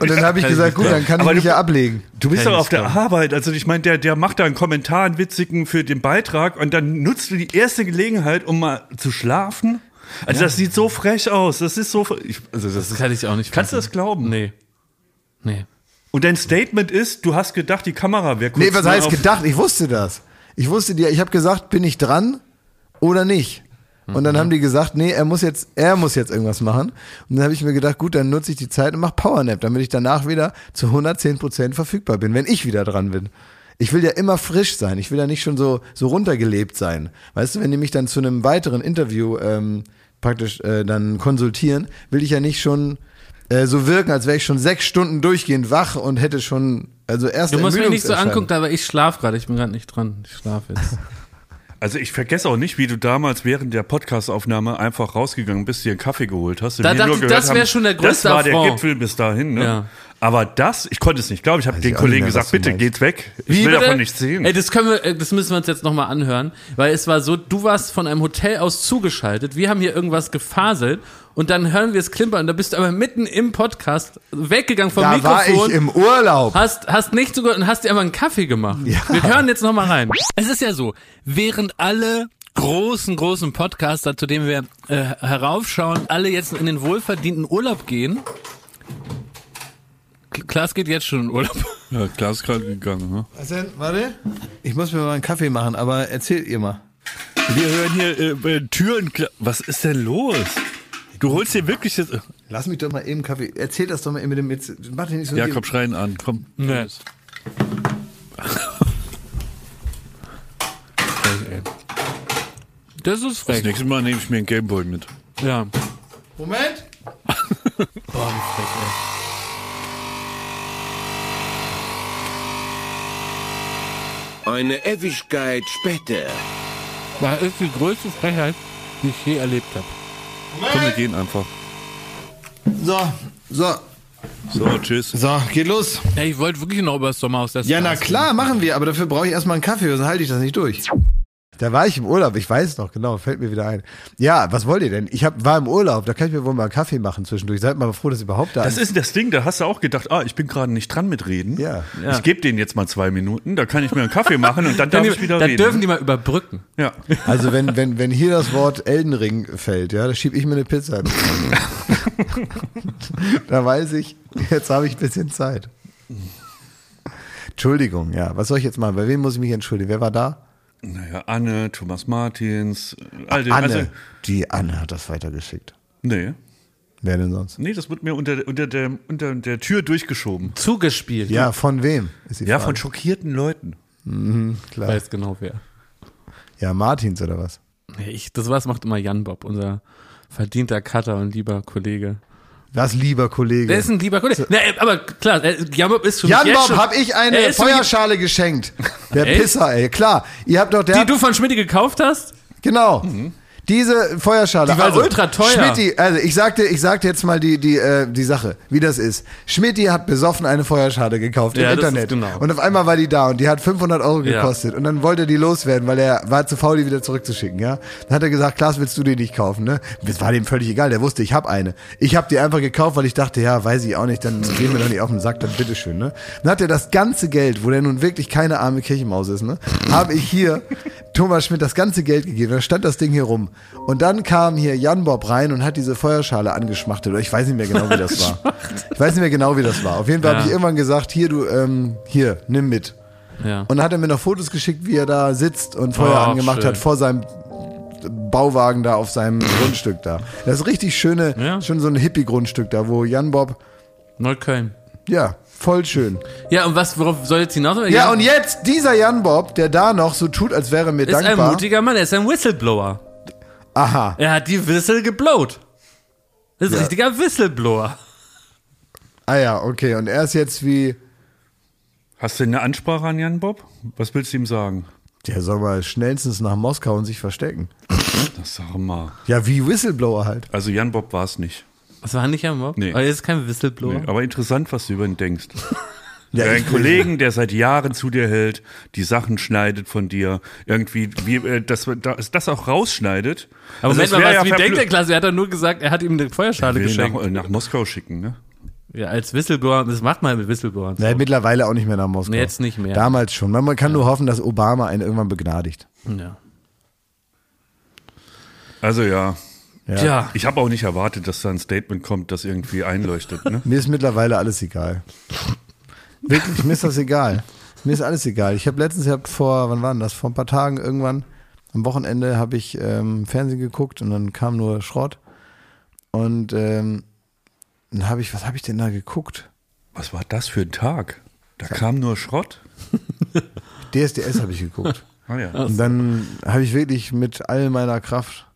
S4: Und dann habe ich gesagt, gut, dann kann ich
S2: Aber
S4: mich
S2: du-
S4: ja ablegen.
S2: Du bist
S8: Kann
S2: doch
S8: ich
S2: auf der Arbeit. Also ich meine, der, der macht da einen Kommentar, einen witzigen für den Beitrag und dann nutzt du die erste Gelegenheit, um mal zu schlafen. Also das sieht so frech aus. Das ist so. Ich, also das
S3: Das
S2: ist,
S3: kann ich auch nicht.
S2: kannst du
S3: fassen.
S2: das glauben?
S3: Nee. Nee.
S2: Und dein Statement ist, du hast gedacht, die Kamera wäre kurz
S4: Nee, was
S2: mal
S4: heißt
S2: auf-
S4: gedacht? Ich wusste das. Ich wusste dir, ich habe gesagt, bin ich dran oder nicht? Und
S3: Mhm.
S4: dann haben die gesagt, nee, er muss jetzt, er muss jetzt irgendwas machen. Und dann habe ich mir gedacht, gut, dann nutze ich die Zeit und mache Powernap, damit ich danach wieder zu 110% verfügbar bin, wenn ich wieder dran bin. Ich will ja immer frisch sein. Ich will ja nicht schon so, so runtergelebt sein. Weißt du, wenn die mich dann zu einem weiteren Interview ähm, praktisch äh, dann konsultieren, will ich ja nicht schon äh, so wirken, als wäre ich schon sechs Stunden durchgehend wach und hätte schon, also erst
S3: Du musst mich nicht so
S4: Ermüdungserscheinung.
S3: angucken, aber ich schlafe gerade. Ich bin gerade nicht dran. Ich schlafe jetzt.
S2: Also ich vergesse auch nicht, wie du damals während der Podcastaufnahme einfach rausgegangen bist, dir einen Kaffee geholt hast. und
S3: Da
S2: wir
S3: dachte
S2: nur
S3: ich,
S2: gehört
S3: das wär
S2: haben,
S3: schon der
S2: Das
S3: größte
S2: war der
S3: Affront.
S2: Gipfel bis dahin. Ne?
S3: Ja.
S2: Aber das, ich konnte es nicht glauben. Ich habe den
S4: ich auch
S2: Kollegen
S4: nicht mehr, was
S2: gesagt, bitte
S4: du
S2: geht's
S4: meinst.
S2: weg. Ich will davon nichts sehen.
S3: Ey, das können wir, äh, das müssen wir uns jetzt nochmal anhören, weil es war so, du warst von einem Hotel aus zugeschaltet, wir haben hier irgendwas gefaselt und dann hören wir es klimpern und da bist du aber mitten im Podcast weggegangen vom
S4: da
S3: Mikrofon.
S4: war ich im Urlaub.
S3: Hast, hast nicht zugehört und hast dir aber einen Kaffee gemacht. Wir hören jetzt nochmal rein.
S8: Es ist ja so, während alle großen, großen Podcaster, zu denen wir äh, heraufschauen, alle jetzt in den wohlverdienten Urlaub gehen. K- Klaas geht jetzt schon in Urlaub.
S2: ja, klar ist gerade gegangen. Ne?
S1: Was denn? Warte. Ich muss mir mal einen Kaffee machen, aber erzählt ihr mal.
S10: Wir hören hier äh, äh, Türen. kla- Was ist denn los? Du holst dir wirklich jetzt. äh,
S1: Lass mich doch mal eben Kaffee. Erzähl das doch mal eben mit dem. Jetzt, mach den nicht so.
S10: Ja, komm, schreien an. Komm.
S8: Nee. Das ist
S10: Das
S8: frech.
S10: nächste Mal nehme ich mir einen Gameboy mit.
S8: Ja.
S1: Moment.
S11: Eine Ewigkeit später.
S8: Das ist die größte Frechheit, die ich je erlebt habe.
S10: Komm, wir gehen einfach.
S1: So, so,
S10: So, tschüss.
S1: so, geht los.
S8: Ey, ich wollte wirklich noch über das Sommerhaus das
S1: Ja, na klar, machen wir, aber dafür brauche ich erstmal einen Kaffee, sonst halte ich das nicht durch.
S4: Da war ich im Urlaub, ich weiß noch, genau, fällt mir wieder ein. Ja, was wollt ihr denn? Ich hab, war im Urlaub, da kann ich mir wohl mal einen Kaffee machen zwischendurch. Seid mal froh, dass ihr überhaupt da
S2: Das ist das Ding, da hast du auch gedacht, ah, ich bin gerade nicht dran mit Reden.
S4: Ja.
S2: Ich gebe denen jetzt mal zwei Minuten, da kann ich mir einen Kaffee machen und dann darf ich wieder
S3: da
S2: reden.
S3: dürfen die mal überbrücken.
S2: ja.
S4: Also wenn, wenn, wenn hier das Wort Eldenring fällt, ja, da schieb ich mir eine Pizza. in. da weiß ich, jetzt habe ich ein bisschen Zeit. Entschuldigung, ja. Was soll ich jetzt machen? Bei wem muss ich mich entschuldigen? Wer war da?
S2: Naja, Anne, Thomas Martins, äh, all den,
S4: Anne.
S2: also
S4: die Anne hat das weitergeschickt.
S2: nee.
S4: Wer denn sonst?
S2: Nee, das wird mir unter, unter, der, unter der Tür durchgeschoben.
S3: Zugespielt.
S4: Ja, von wem? Ist die
S2: Ja,
S4: Frage.
S2: von schockierten Leuten.
S3: Ich weiß genau wer.
S4: Ja, Martins oder was?
S3: Nee, Ich, das was macht immer Jan Bob, unser verdienter Cutter und lieber Kollege.
S4: Das lieber Kollege.
S3: Der ist ein lieber Kollege. Na, ey, aber klar, äh, Jan Bob ist für mich
S4: Jan
S3: jetzt
S4: Bob
S3: schon,
S4: hab ich
S3: Er
S4: eine
S3: ist für mich-
S4: Feuerschale geschenkt. Der
S3: Echt?
S4: Pisser, ey. Klar, ihr habt doch der.
S3: die du von Schmidt gekauft hast?
S4: genau. Diese Feuerschale.
S3: Mhm.
S4: Ah,
S3: Die war ultra teuer.
S4: Schmidti, also ich sagte, ich sagte jetzt mal die, die, äh, die Sache, wie das ist. Schmidti hat besoffen eine Feuerschale gekauft
S3: Ja,
S4: im
S3: das ist
S4: Internet.
S3: genau.
S4: Und auf einmal war die da und die hat 500 Euro
S3: Ja.
S4: gekostet. Und dann wollte er die loswerden, weil er war zu faul, die wieder zurückzuschicken, ja. Dann hat er gesagt, Klaas, willst du die nicht kaufen, ne? Das war dem völlig egal, der wusste, ich habe eine. Ich habe die einfach gekauft, weil ich dachte, ja, weiß ich auch nicht, dann gehen wir doch nicht auf den Sack, dann bitteschön, ne? Dann hat er das ganze Geld, wo der nun wirklich keine arme Kirchenmaus ist, ne? Habe ich hier Thomas Schmidt das ganze Geld gegeben, da stand das Ding hier rum. Und dann kam hier Jan Bob rein und hat diese Feuerschale angeschmachtet, oder ich weiß nicht mehr genau, wie das war. Ich weiß nicht mehr genau, wie das war. Auf jeden Fall
S3: Ja.
S4: habe ich irgendwann gesagt, hier, du, ähm, hier, nimm mit.
S3: Ja.
S4: Und dann hat er mir noch Fotos geschickt, wie er da sitzt und Feuer
S3: Ach,
S4: angemacht
S3: schön.
S4: hat vor seinem Bauwagen da auf seinem Grundstück da. Das ist richtig schöne,
S3: Ja.
S4: schon so ein Hippie-Grundstück da, wo Jan Bob,
S3: Neukölln.
S4: ja, voll schön.
S3: Ja, und was, worauf soll jetzt hinaus?
S4: Ja, und jetzt dieser Jan Bob, der da noch so tut, als wäre mir
S3: ist ein
S4: dankbar.
S3: mutiger Mann, er ist ein Whistleblower.
S4: Aha.
S3: Er hat die Whistle geblowt. Das ist ein richtiger Whistleblower.
S4: Ah ja, okay. Und er ist jetzt wie,
S2: Hast du eine Ansprache an Jan Bob? Was willst du ihm sagen?
S4: der soll mal schnellstens nach Moskau und sich verstecken.
S2: Das sag mal.
S4: Ja, wie Whistleblower halt.
S2: Also Jan Bob war es nicht.
S3: Das war nicht am Mob.
S2: Nee.
S3: Aber er ist kein Whistleblower.
S2: Nee, aber interessant, was du über ihn denkst.
S4: Ja,
S2: Ein
S4: ich-
S2: Kollegen, der seit Jahren zu dir hält, die Sachen schneidet von dir, irgendwie, wie, äh, dass wir- dass das auch rausschneidet.
S3: Aber
S2: Also
S3: Moment
S2: es
S3: mal,
S2: wär
S3: was,
S2: ja
S3: wie denkt der
S2: verblü-
S3: Klaas? Er hat doch nur gesagt, er hat ihm eine Feuerschale
S2: Will ihn
S3: geschenkt.
S2: nach, nach Moskau schicken, ne?
S3: Ja, als Whistleblower, das macht man mit Whistleblowern.
S4: Na, mittlerweile auch nicht mehr nach Moskau.
S3: Nee, jetzt nicht mehr.
S4: Damals schon. Man man kann nur hoffen, dass Obama einen irgendwann begnadigt.
S3: Ja.
S2: Also ja.
S4: Ja.
S3: Tja,
S2: Ich habe auch nicht erwartet, dass da ein Statement kommt, das irgendwie einleuchtet. Ne?
S4: Mir ist mittlerweile alles egal. Wirklich, mir ist das egal. Mir ist alles egal. Ich habe letztens, ich habe vor, wann war denn das? Vor ein paar Tagen irgendwann, am Wochenende habe ich ähm, Fernsehen geguckt und dann kam nur Schrott. Und ähm, dann habe ich, was habe ich denn da geguckt?
S2: Was war das für ein Tag? Da kam nur Schrott.
S4: DSDS habe ich geguckt.
S2: Ah ja.
S4: Und dann habe ich wirklich mit all meiner Kraft.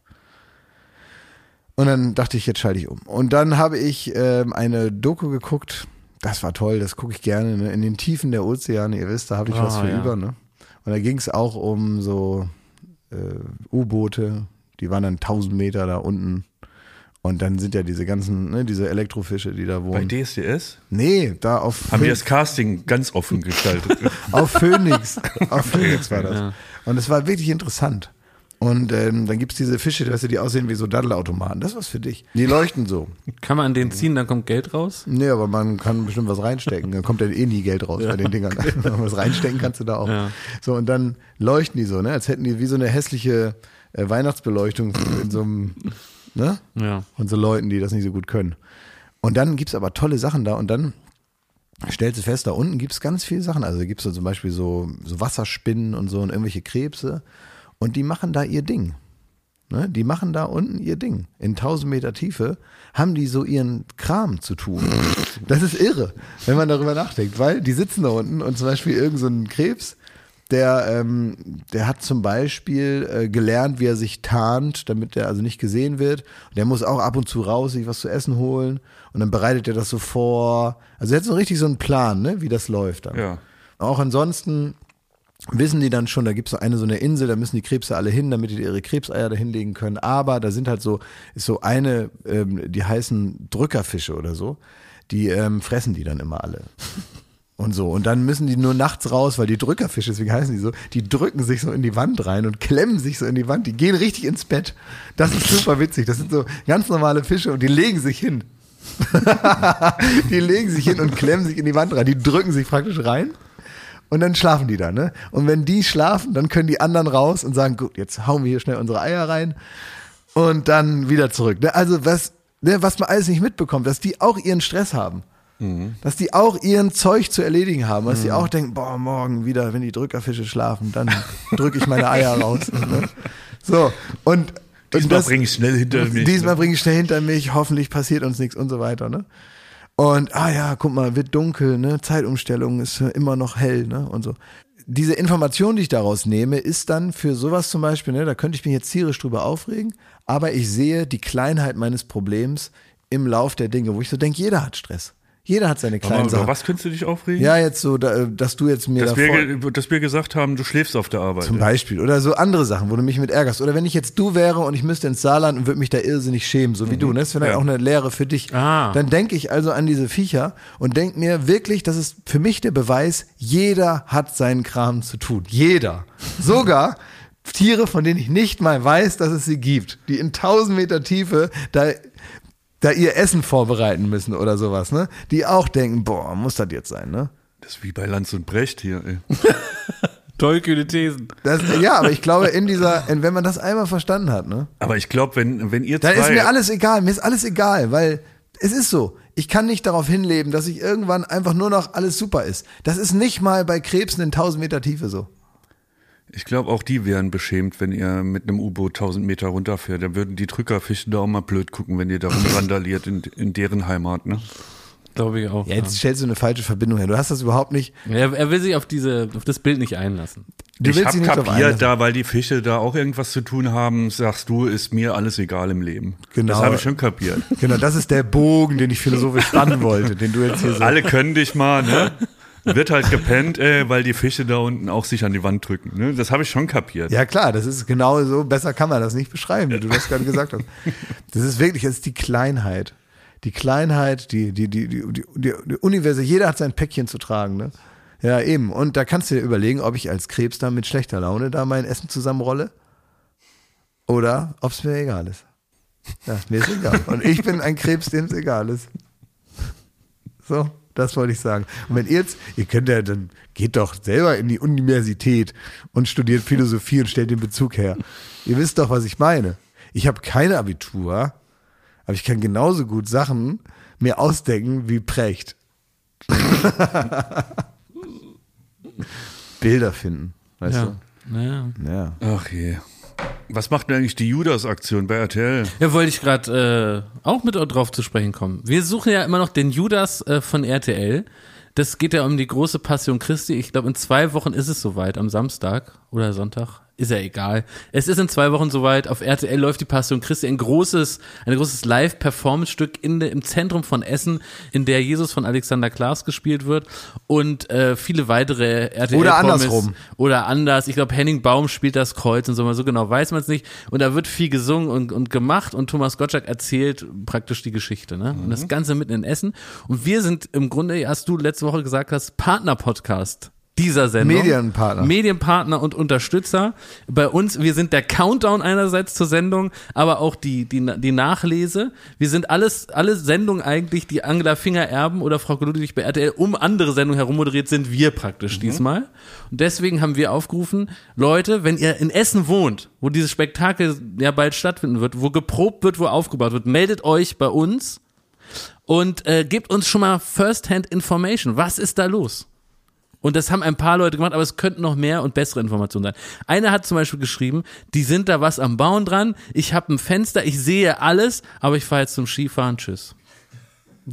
S4: Und dann dachte ich, jetzt schalte ich um. Und dann habe ich ähm, eine Doku geguckt. Das war toll, das gucke ich gerne. Ne? In den Tiefen der Ozeane, ihr wisst, da habe ich was
S3: Ah,
S4: für
S3: ja.
S4: über. Ne? Und da ging es auch um so äh, U-Boote. Die waren dann 1000 Meter da unten. Und dann sind ja diese ganzen, ne, diese Elektrofische, die da
S2: Bei
S4: wohnen.
S2: DSDS
S4: nee, da auf
S2: haben die
S4: Föhn-
S2: das Casting ganz offen gestaltet.
S4: auf Phoenix. auf Phoenix war das. Und es war wirklich interessant. Und ähm, dann gibt's diese Fische, weißt du, die aussehen wie so Daddelautomaten. Das ist was für dich. Die leuchten so.
S3: kann man an den ziehen, dann kommt Geld raus?
S4: Nee, aber man kann bestimmt was reinstecken. Dann kommt dann eh nie Geld raus bei den Dingern. Wenn man was reinstecken kannst du da auch. So, und dann leuchten die so, ne? Als hätten die wie so eine hässliche äh, Weihnachtsbeleuchtung in so einem, ne?
S3: Ja.
S4: und so Leuten, die das nicht so gut können. Und dann gibt's aber tolle Sachen da und dann stellst du fest, da unten gibt's ganz viele Sachen. Also gibt's da zum Beispiel so, so Wasserspinnen und so und irgendwelche Krebse und die machen da ihr Ding. Ne? Die machen da unten ihr Ding. In 1000 Meter Tiefe haben die so ihren Kram zu tun. Das ist irre, wenn man darüber nachdenkt, weil die sitzen da unten und zum Beispiel irgendein so ein Krebs, der, ähm, der hat zum Beispiel äh, gelernt, wie er sich tarnt, damit er also nicht gesehen wird. Und der muss auch ab und zu raus, sich was zu essen holen. Und dann bereitet er das so vor. Also er hat so richtig so einen Plan, ne? wie das läuft dann.
S2: Ja.
S4: Auch ansonsten wissen die dann schon, da gibt's so eine so eine Insel, da müssen die Krebse alle hin, damit die ihre Krebseier da hinlegen können. Aber da sind halt so, ist so eine, ähm, die heißen Drückerfische oder so, die ähm, fressen die dann immer alle. Und so. Und dann müssen die nur nachts raus, weil die Drückerfische, deswegen heißen die so, die drücken sich so in die Wand rein und klemmen sich so in die Wand. Die gehen richtig ins Bett. Das ist super witzig. Das sind so ganz normale Fische und die legen sich hin. die legen sich hin und klemmen sich in die Wand rein. Die drücken sich praktisch rein. Und dann schlafen die da, ne? Und wenn die schlafen, dann können die anderen raus und sagen, gut, jetzt hauen wir hier schnell unsere Eier rein und dann wieder zurück. Ne? Also was, ne, was man alles nicht mitbekommt, dass die auch ihren Stress haben. Dass die auch ihren Zeug zu erledigen haben, dass die auch denken, boah, morgen wieder, wenn die Drückerfische schlafen, dann drücke ich meine Eier raus. Ne? So, und und
S2: Diesmal
S4: das-
S2: bringe ich schnell hinter mich. ne?
S4: Diesmal bringe ich schnell hinter mich, hoffentlich passiert uns nichts und so weiter, ne? Und ah ja, guck mal, wird dunkel, ne? Zeitumstellung ist immer noch hell, ne? Und so. Diese Information, die ich daraus nehme, ist dann für sowas zum Beispiel, ne, da könnte ich mich jetzt tierisch drüber aufregen, aber ich sehe die Kleinheit meines Problems im Lauf der Dinge, wo ich so denke, jeder hat Stress. Jeder hat seine
S2: Aber
S4: kleinen
S2: über
S4: Sachen.
S2: was könntest du dich aufregen?
S4: Ja, jetzt so, da, äh, dass du jetzt mir
S2: dass, wir,
S4: davor-
S2: ge- dass wir gesagt haben, du schläfst auf der Arbeit.
S4: zum Beispiel. Oder so andere Sachen, wo du mich mit ärgerst. Oder wenn ich jetzt du wäre und ich müsste ins Saarland und würde mich da irrsinnig schämen, so wie du. Ne? Das wäre dann
S2: Ja.
S4: auch eine Lehre für dich.
S3: Ah.
S4: Dann denke ich also an diese Viecher und denke mir wirklich, das ist für mich der Beweis, jeder hat seinen Kram zu tun. Jeder. Sogar Tiere, von denen ich nicht mal weiß, dass es sie gibt. Die in 1000 Meter Tiefe, da da ihr Essen vorbereiten müssen oder sowas, ne? Die auch denken, boah, muss das jetzt sein, ne?
S2: Das ist wie bei Lanz und Brecht hier. Ey.
S3: Tollkühne Thesen.
S4: Das, ja, aber ich glaube, in dieser, in, wenn man das einmal verstanden hat, ne?
S2: Aber ich glaube, wenn, wenn ihr
S4: Dann
S2: zwei...
S4: ist mir alles egal, mir ist alles egal, weil es ist so. Ich kann nicht darauf hinleben, dass ich irgendwann einfach nur noch alles super ist. Das ist nicht mal bei Krebsen in 1000 Meter Tiefe so.
S2: Ich glaube, auch die wären beschämt, wenn ihr mit einem U-Boot 1000 Meter runterfährt. Dann würden die Drückerfische da auch mal blöd gucken, wenn ihr da randaliert in, in deren Heimat. Ne?
S3: Glaube ich auch. Ja,
S4: Jetzt stellst du eine falsche Verbindung her. Du hast das überhaupt nicht.
S3: Er, er will sich auf diese, auf das Bild nicht einlassen.
S4: Du
S2: ich
S4: willst
S2: habe
S4: dich nicht drauf
S2: kapiert,
S4: einlassen.
S2: da, weil die Fische da auch irgendwas zu tun haben, sagst du, ist mir alles egal im Leben.
S4: Genau.
S2: Das habe ich schon kapiert.
S4: Genau, das ist der Bogen, den ich philosophisch spannen wollte, den du jetzt hier so.
S2: Alle können dich mal, ne? Wird halt gepennt, äh, weil die Fische da unten auch sich an die Wand drücken. Ne? Das habe ich schon kapiert.
S4: Ja klar, das ist genau so. Besser kann man das nicht beschreiben, wie du das gerade gesagt hast. Das ist wirklich, das ist die Kleinheit. Die Kleinheit, die, die, die, die, die, die, die Universe, jeder hat sein Päckchen zu tragen, ne? Ja, eben. Und da kannst du dir überlegen, ob ich als Krebs da mit schlechter Laune da mein Essen zusammenrolle oder ob es mir egal ist. Ja, mir ist egal. Und ich bin ein Krebs, dem es egal ist. So, das wollte ich sagen. Und wenn ihr jetzt, ihr könnt ja, dann geht doch selber in die Universität und studiert Philosophie und stellt den Bezug her. Ihr wisst doch, was ich meine. Ich habe kein Abitur, aber ich kann genauso gut Sachen mir ausdenken wie Precht. Bilder finden, weißt
S3: Ja. Ja.
S4: du? Ja.
S2: Ach je. Was macht denn eigentlich die Judas-Aktion bei RTL?
S3: ja, wollte ich gerade äh, auch mit drauf zu sprechen kommen. Wir suchen ja immer noch den Judas äh, von RTL. Das geht ja um die große Passion Christi. Ich glaube, in zwei Wochen ist es soweit, am Samstag oder Sonntag. Ist ja egal. Es ist in zwei Wochen soweit. Auf RTL läuft die Passion Christi, ein großes, ein großes Live-Performance-Stück in der- im Zentrum von Essen, in der Jesus von Alexander Klaas gespielt wird und äh, viele weitere RTL
S4: Oder andersrum.
S3: oder anders. Ich glaube, Henning Baum spielt das Kreuz und so, mal so genau weiß man es nicht. Und da wird viel gesungen und, und gemacht und Thomas Gottschalk erzählt praktisch die Geschichte. Ne? Und das Ganze mitten in Essen. Und wir sind im Grunde, als du letzte Woche gesagt hast, Partner-Podcast dieser Sendung.
S4: Medienpartner.
S3: Medienpartner und Unterstützer. Bei uns, wir sind der Countdown einerseits zur Sendung, aber auch die, die, die Nachlese. Wir sind alles, alle Sendungen eigentlich, die Angela Finger erben oder Frau Ludwig bei RTL um andere Sendungen herum moderiert, sind wir praktisch diesmal. Und deswegen haben wir aufgerufen, Leute, wenn ihr in Essen wohnt, wo dieses Spektakel ja bald stattfinden wird, wo geprobt wird, wo aufgebaut wird, meldet euch bei uns und äh, gebt uns schon mal First-Hand Information. Was ist da los? Und das haben ein paar Leute gemacht, aber es könnten noch mehr und bessere Informationen sein. Einer hat zum Beispiel geschrieben, die sind da was am Bauen dran, ich habe ein Fenster, ich sehe alles, aber ich fahre jetzt zum Skifahren, tschüss.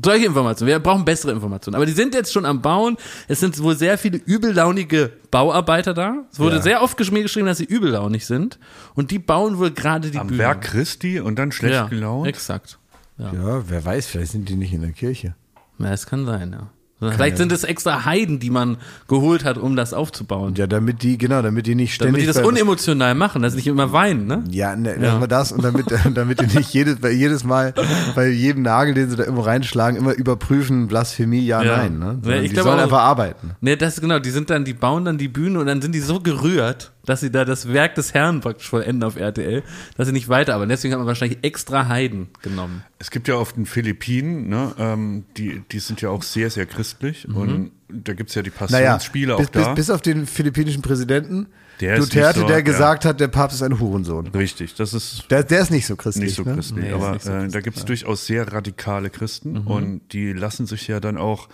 S3: Solche Informationen, wir brauchen bessere Informationen. Aber die sind jetzt schon am Bauen, es sind wohl sehr viele übellaunige Bauarbeiter da. Es wurde sehr oft gesch- mir geschrieben, dass sie übellaunig sind. Und die bauen wohl gerade die
S2: Am
S3: Bühne.
S2: Werk Christi und dann schlecht
S3: ja,
S2: gelaunt?
S3: exakt.
S4: ja, wer weiß, vielleicht sind die nicht in der Kirche.
S3: Ja, es kann sein, ja. Vielleicht sind es extra Heiden, die man geholt hat, um das aufzubauen.
S4: Ja, damit die, genau, damit die nicht ständig.
S3: Damit die das
S4: bei-
S3: unemotional machen, dass sie nicht immer weinen, ne?
S4: Ja, ne, erstmal das und damit, damit die nicht jedes, bei jedes Mal, bei jedem Nagel, den sie da irgendwo reinschlagen, immer überprüfen, Blasphemie, ja,
S3: Ja.
S4: nein. Ne?
S3: Ja,
S4: Sondern
S3: ich
S4: die
S3: glaube
S4: sollen
S3: auch-
S4: einfach arbeiten.
S3: Ne, das genau, die sind dann, die bauen dann die Bühne und dann sind die so gerührt, dass sie da das Werk des Herrn praktisch vollenden auf RTL, dass sie nicht weiterarbeiten. Deswegen hat man wahrscheinlich extra Heiden genommen.
S2: Es gibt ja auf den Philippinen, ne, ähm, die, die sind ja auch sehr, sehr christlich und da gibt es ja die
S4: Naja,
S2: Passionsspiele
S4: bis,
S2: auch da.
S4: bis, bis auf den philippinischen Präsidenten
S2: Der ist
S4: Duterte,
S2: nicht so-
S4: der
S2: ja.
S4: gesagt hat, der Papst ist ein Hurensohn.
S2: Richtig, das ist
S4: Der, der ist nicht so christlich.
S2: nicht so
S4: ne?
S2: christlich, aber äh, da gibt es durchaus sehr radikale Christen und die lassen sich ja dann auch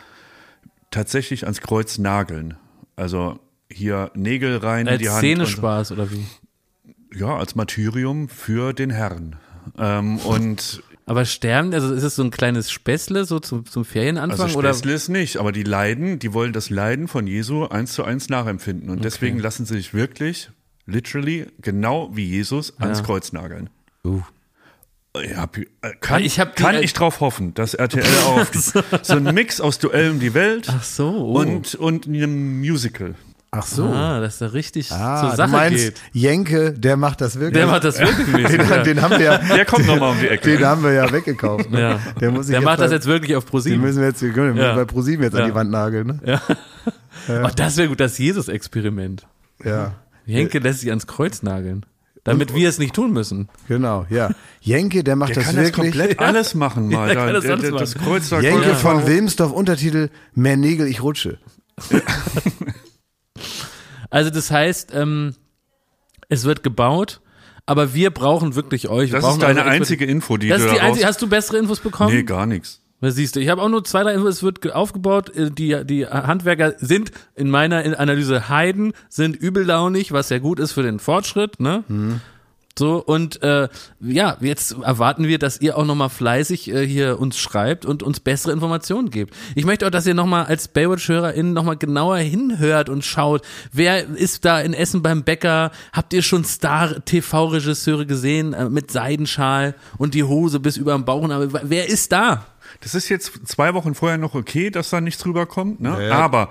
S2: tatsächlich ans Kreuz nageln. Also hier Nägel rein in
S3: Als
S2: die Hand. und so.
S3: Szenespaß oder wie?
S2: Ja, als Martyrium für den Herrn. Ähm, und
S3: Aber sterben, also ist es so ein kleines Späßle so zum, zum Ferienanfang
S2: also
S3: oder?
S2: Späßle ist nicht, aber die leiden, die wollen das Leiden von Jesu eins zu eins nachempfinden. Und deswegen lassen sie sich wirklich, literally, genau wie Jesus, ans
S3: Ja. Uh.
S2: Kreuz nageln. Ich hab, äh, kann
S3: Ich
S2: ich,
S3: hab die-
S2: kann ich drauf hoffen, dass RTL auf so ein Mix aus Duell um die Welt
S3: Ach so, oh.
S2: und, und einem Musical.
S4: Ach so.
S3: Ah, dass da richtig
S4: Ah,
S3: zur Sache
S4: du meinst,
S3: geht.
S4: Jenke, der macht das wirklich.
S3: Der macht das wirklich
S4: den,
S3: mäßig,
S4: den haben wir ja,
S2: Der kommt nochmal um die Ecke.
S4: den haben wir ja weggekauft. Ne?
S3: ja.
S4: Der muss sich
S3: Der macht
S4: bei,
S3: das jetzt wirklich auf
S4: Den
S3: ProSieben.
S4: müssen wir jetzt, den müssen wir
S3: Ja.
S4: bei ProSieben jetzt
S3: Ja.
S4: an die Wand nageln. Ne?
S3: Oh, das wäre gut, das Jesus-Experiment.
S4: ja.
S3: Henke lässt sich ans Kreuz nageln. Damit wir es nicht tun müssen.
S4: Genau, ja. Jenke, der macht
S2: Der
S4: das
S2: kann das
S4: wirklich.
S2: komplett alles machen mal.
S3: der
S2: da,
S3: kann das
S2: der,
S3: alles
S2: der, das
S3: machen.
S2: Kreuz da
S4: Jenke
S2: Kreuz-
S4: von Wilmsdorf, Untertitel Mehr Nägel, ich rutsche.
S3: Also das heißt, ähm, es wird gebaut, aber wir brauchen wirklich euch. Wir
S2: Das
S3: brauchen
S2: ist deine
S3: eure Expertise.
S2: einzige Info, die
S3: Das
S2: du
S3: ist die
S2: daraus-
S3: einzige. Hast du bessere Infos bekommen?
S2: Nee, gar nichts.
S3: Was siehst du? Ich habe auch nur zwei, drei Infos. Es wird ge- aufgebaut. äh, Die, die Handwerker sind in meiner In- Analyse Heiden, sind übellaunig, was ja gut ist für den Fortschritt. Ne? So und äh, ja, jetzt erwarten wir, dass ihr auch nochmal fleißig äh, hier uns schreibt und uns bessere Informationen gebt. Ich möchte auch, dass ihr nochmal als Baywatch-HörerInnen nochmal genauer hinhört und schaut, wer ist da in Essen beim Bäcker? Habt ihr schon Star-TV-Regisseure gesehen äh, mit Seidenschal und die Hose bis über den Bauch? Aber wer ist da?
S2: Das ist jetzt zwei Wochen vorher noch okay, dass da nichts rüberkommt, ne? aber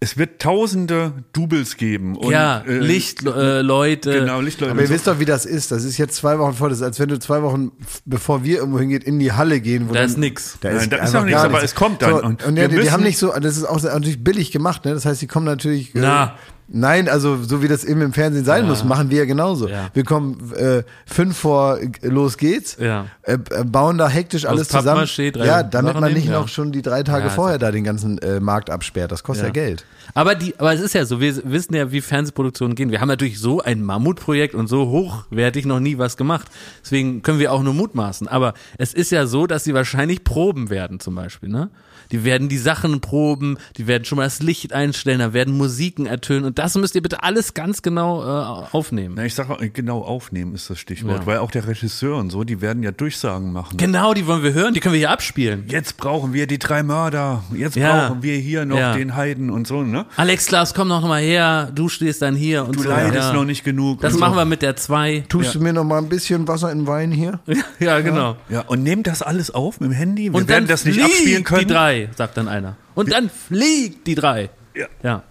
S2: es wird tausende Doubles geben. Und,
S3: ja,
S2: äh,
S3: Lichtleute. Äh, Leute.
S2: Genau, Lichtleute.
S4: Aber ihr wisst doch, wie das ist. Das ist jetzt zwei Wochen vor. Das ist, als wenn du zwei Wochen, f- bevor wir irgendwo hingehen, in die Halle gehen. Wo
S3: Da
S4: dann-
S3: ist nix.
S4: Da
S2: Nein, da ist
S4: einfach
S2: auch nichts,
S4: gar
S2: aber es kommt dann.
S4: So, und
S2: Und wir
S4: ja, die, die
S2: müssen-
S4: haben nicht so, das ist auch sehr- natürlich billig gemacht. Ne? Das heißt, die kommen natürlich äh,
S3: Na.
S4: Nein, also so wie das eben im Fernsehen sein muss, machen wir ja genauso.
S3: Ja.
S4: Wir kommen äh, fünf vor, äh, los geht's,
S3: Ja.
S4: äh, äh, bauen da hektisch alles zusammen.
S3: Pappmaché drei
S4: ja, damit
S3: Sachen
S4: man nicht
S3: nehmen, ja.
S4: noch schon die drei Tage
S3: Ja,
S4: vorher da den ganzen äh, Markt absperrt. Das kostet ja,
S3: Ja.
S4: Geld.
S3: Aber die, aber es ist ja so, wir wissen ja, wie Fernsehproduktionen gehen. Wir haben natürlich so ein Mammutprojekt und so hochwertig noch nie was gemacht. Deswegen können wir auch nur mutmaßen. Aber es ist ja so, dass sie wahrscheinlich proben werden, zum Beispiel, ne? Die werden die Sachen proben, die werden schon mal das Licht einstellen, da werden Musiken ertönen und das müsst ihr bitte alles ganz genau äh, aufnehmen.
S2: Na, ich sage genau aufnehmen ist das Stichwort,
S3: Ja.
S2: weil auch der Regisseur und so, die werden ja Durchsagen machen.
S3: Genau, die wollen wir hören, die können wir hier abspielen.
S2: Jetzt brauchen wir die drei Mörder. Jetzt
S3: Ja.
S2: brauchen wir hier noch
S3: Ja.
S2: den Heiden und so, ne?
S3: Alex Klaas, komm noch mal her, du stehst dann hier und
S2: Du
S3: so.
S2: leidest
S3: ja.
S2: noch nicht Genau. genug.
S3: Das
S2: und
S3: machen
S2: so.
S3: wir mit der 2.
S4: Tust du mir noch mal ein bisschen Wasser in den Wein hier?
S3: Ja, genau.
S2: Ja, und nehmt das alles auf mit dem Handy. Wir
S3: Und
S2: werden
S3: dann
S2: das nicht
S3: fliegt
S2: abspielen können.
S3: die drei, sagt dann einer. Und dann fliegt die drei.
S2: Ja.
S3: Ja,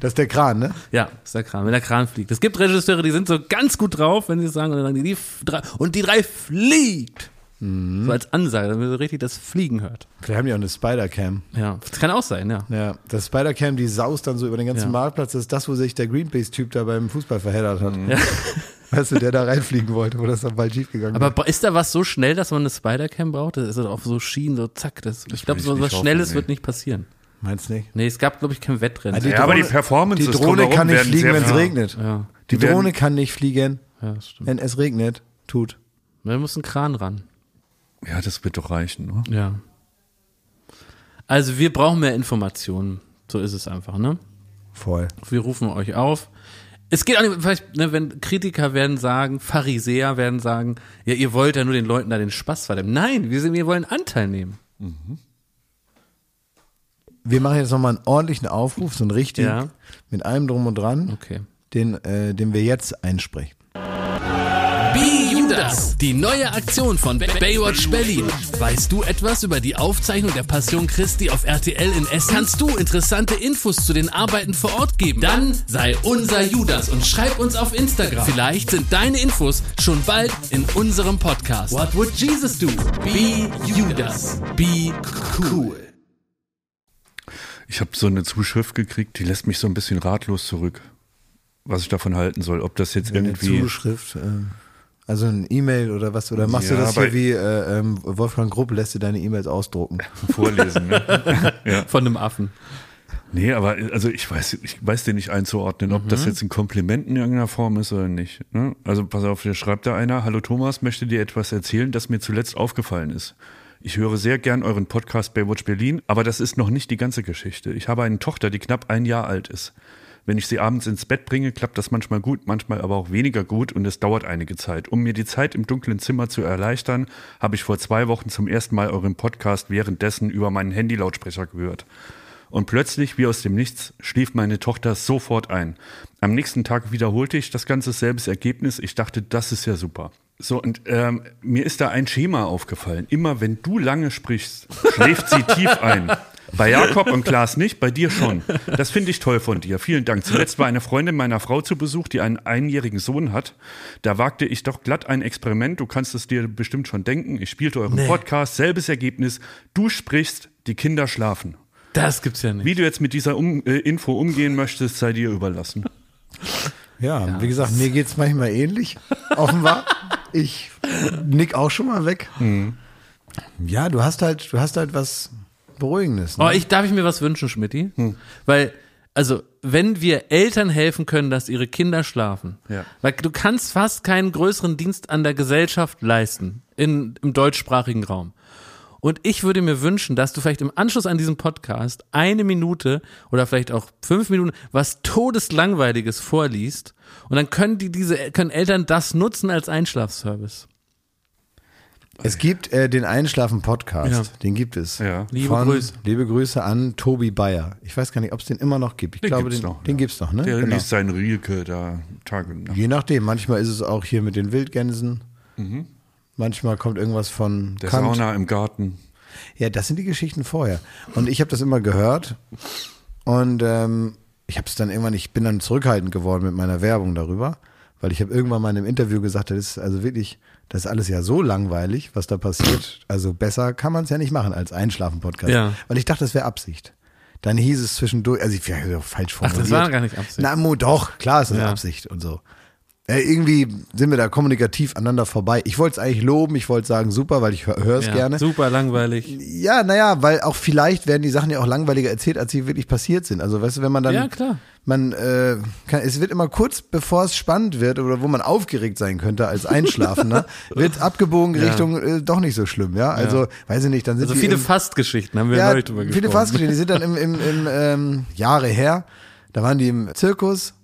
S4: Das ist der Kran, ne?
S3: ja, ist der Kran, wenn der Kran fliegt. Es gibt Regisseure, die sind so ganz gut drauf, wenn sie es sagen, und dann sagen die, die f- drei, und die drei fliegt.
S2: Mhm.
S3: So als Ansage, damit man so richtig das Fliegen hört.
S4: Vielleicht haben die auch eine Spider-Cam.
S3: Ja, das kann auch sein, ja.
S4: Ja, das Spider-Cam, die saust dann so über den ganzen
S3: Ja.
S4: Marktplatz. Das ist das, wo sich der Greenpeace-Typ da beim Fußball verheddert hat. Weißt du, der da reinfliegen wollte, wo das dann bald schief gegangen
S3: Aber bra- ist da was so schnell, dass man eine Spider-Cam braucht? Das ist doch auf so Schienen, so zack. Das, ich glaube,
S2: ich
S3: so was
S2: nicht hoffen,
S3: Schnelles
S2: nee.
S3: wird nicht passieren.
S4: Meinst nicht?
S3: Nee, es gab, glaube ich, kein Wettrennen.
S4: Also
S2: Ja, aber die Performance
S4: Die
S2: ist
S4: Drohne
S2: drumherum
S4: kann nicht
S2: werden
S4: fliegen,
S2: sehr
S4: wenn es
S2: viel-
S4: regnet.
S3: ja,
S4: Die
S2: Die werden-
S4: Drohne kann nicht fliegen,
S3: ja, das stimmt.
S4: wenn es regnet. Tut.
S3: Da muss ein Kran ran.
S2: Ja, das wird doch reichen, ne?
S3: Ja. Also wir brauchen mehr Informationen. So ist es einfach, ne?
S4: Voll.
S3: Wir rufen euch auf. Es geht auch nicht, vielleicht, ne, wenn Kritiker werden sagen, Pharisäer werden sagen, ja, ihr wollt ja nur den Leuten da den Spaß verderben. Nein, wir, sind, wir wollen Anteil nehmen.
S4: Wir machen jetzt nochmal einen ordentlichen Aufruf, so einen richtigen,
S3: Ja.
S4: mit allem drum und dran,
S3: Okay.
S4: den, äh, den wir jetzt einsprechen.
S12: Be Judas, die neue Aktion von Baywatch Berlin. Weißt du etwas über die Aufzeichnung der Passion Christi auf RTL in Essen? Kannst du interessante Infos zu den Arbeiten vor Ort geben? Dann sei unser Judas und schreib uns auf Instagram. Vielleicht sind deine Infos schon bald in unserem Podcast. What would Jesus do? Be Judas. Be cool.
S2: Ich habe so eine Zuschrift gekriegt, die lässt mich so ein bisschen ratlos zurück, was ich davon halten soll. Ob das jetzt
S4: Eine
S2: irgendwie.
S4: Zuschrift, äh, also ein E-Mail oder was, oder machst du
S2: Ja,
S4: das hier
S2: aber-
S4: wie äh, ähm, Wolfgang Grupp, lässt dir deine E-Mails ausdrucken.
S2: vorlesen. Ne?
S3: Von einem Affen.
S2: Nee, aber also ich weiß, ich weiß den nicht einzuordnen, ob das jetzt ein Kompliment in irgendeiner Form ist oder nicht. Ne? Also pass auf, hier schreibt da einer, hallo Thomas, möchte dir etwas erzählen, das mir zuletzt aufgefallen ist. Ich höre sehr gern euren Podcast Baywatch Berlin, aber das ist noch nicht die ganze Geschichte. Ich habe eine Tochter, die knapp ein Jahr alt ist. Wenn ich sie abends ins Bett bringe, klappt das manchmal gut, manchmal aber auch weniger gut und es dauert einige Zeit. Um mir die Zeit im dunklen Zimmer zu erleichtern, habe ich vor zwei Wochen zum ersten Mal euren Podcast währenddessen über meinen Handylautsprecher gehört. Und plötzlich, wie aus dem Nichts, schlief meine Tochter sofort ein. Am nächsten Tag wiederholte ich das ganze selbes Ergebnis. Ich dachte, das ist ja super. So, und ähm, mir ist da ein Schema aufgefallen. Immer wenn du lange sprichst, schläft sie tief ein. Bei Jakob und Klaas nicht, bei dir schon. Das finde ich toll von dir. Vielen Dank. Zuletzt war eine Freundin meiner Frau zu Besuch, die einen einjährigen Sohn hat. Da wagte ich doch glatt ein Experiment. Du kannst es dir bestimmt schon denken. Ich spielte euren Podcast, selbes Ergebnis. Du sprichst, die Kinder schlafen.
S3: Das gibt's ja nicht.
S2: Wie du jetzt mit dieser um, äh, Info umgehen möchtest, sei dir überlassen.
S4: Ja, wie gesagt, mir geht's manchmal ähnlich, offenbar. Ich nick auch schon mal weg.
S2: Hm.
S4: Ja, du hast halt, du hast halt was Beruhigendes. Ne?
S3: Oh, ich, darf ich mir was wünschen, Schmidti?
S4: Hm.
S3: Weil, also, wenn wir Eltern helfen können, dass ihre Kinder schlafen,
S2: Ja.
S3: weil du kannst fast keinen größeren Dienst an der Gesellschaft leisten in, im deutschsprachigen Raum. Und ich würde mir wünschen, dass du vielleicht im Anschluss an diesen Podcast eine Minute oder vielleicht auch fünf Minuten was Todeslangweiliges vorliest. Und dann können die diese, können Eltern das nutzen als Einschlafservice.
S4: Es gibt äh, den Einschlafen-Podcast,
S3: Ja.
S4: den gibt es.
S2: Ja.
S3: Liebe
S4: Von,
S3: Grüße.
S4: Liebe Grüße an Tobi Bayer. Ich weiß gar nicht, ob es den immer noch gibt. Ich
S2: Den
S4: glaube,
S2: gibt's
S4: den,
S2: noch,
S4: den
S2: ja.
S4: gibt's noch, ne?
S2: Der
S4: Genau.
S2: liest seinen Rielke da Tag und Nacht.
S4: Je nachdem, manchmal ist es auch hier mit den Wildgänsen. Manchmal kommt irgendwas von
S2: Mhm. Der
S4: Kant.
S2: Sauna im Garten.
S4: Ja, das sind die Geschichten vorher. Und ich habe das immer gehört und ähm, ich habe es dann irgendwann, ich bin dann zurückhaltend geworden mit meiner Werbung darüber, weil ich habe irgendwann mal in einem Interview gesagt, das ist also wirklich, das ist alles ja so langweilig, was da passiert. Also besser kann man es ja nicht machen als Einschlafen-Podcast.
S3: Ja.
S4: Weil ich dachte, das wäre Absicht. Dann hieß es zwischendurch, also ich ja, falsch
S3: Ach,
S4: formuliert.
S3: das war gar nicht Absicht.
S4: Na, Mo, doch, klar ist eine
S3: Ja.
S4: Absicht und so. Äh, irgendwie sind wir da kommunikativ aneinander vorbei. Ich wollte es eigentlich loben, ich wollte sagen, super, weil ich höre es
S3: ja,
S4: gerne.
S3: Super langweilig.
S4: Ja, naja, weil auch vielleicht werden die Sachen ja auch langweiliger erzählt, als sie wirklich passiert sind. Also weißt du, wenn man dann,
S3: Ja, klar.
S4: man, äh, kann, es wird immer kurz, bevor es spannend wird oder wo man aufgeregt sein könnte als Einschlafender, wird abgebogen Richtung äh, doch nicht so schlimm, ja. Also weiß ich nicht, dann sind
S3: Also
S4: die
S3: viele
S4: im-
S3: Fastgeschichten haben wir
S4: ja,
S3: neulich drüber gesprochen.
S4: viele Fastgeschichten, die sind dann im, im, im ähm, Jahre her, da waren die im Zirkus,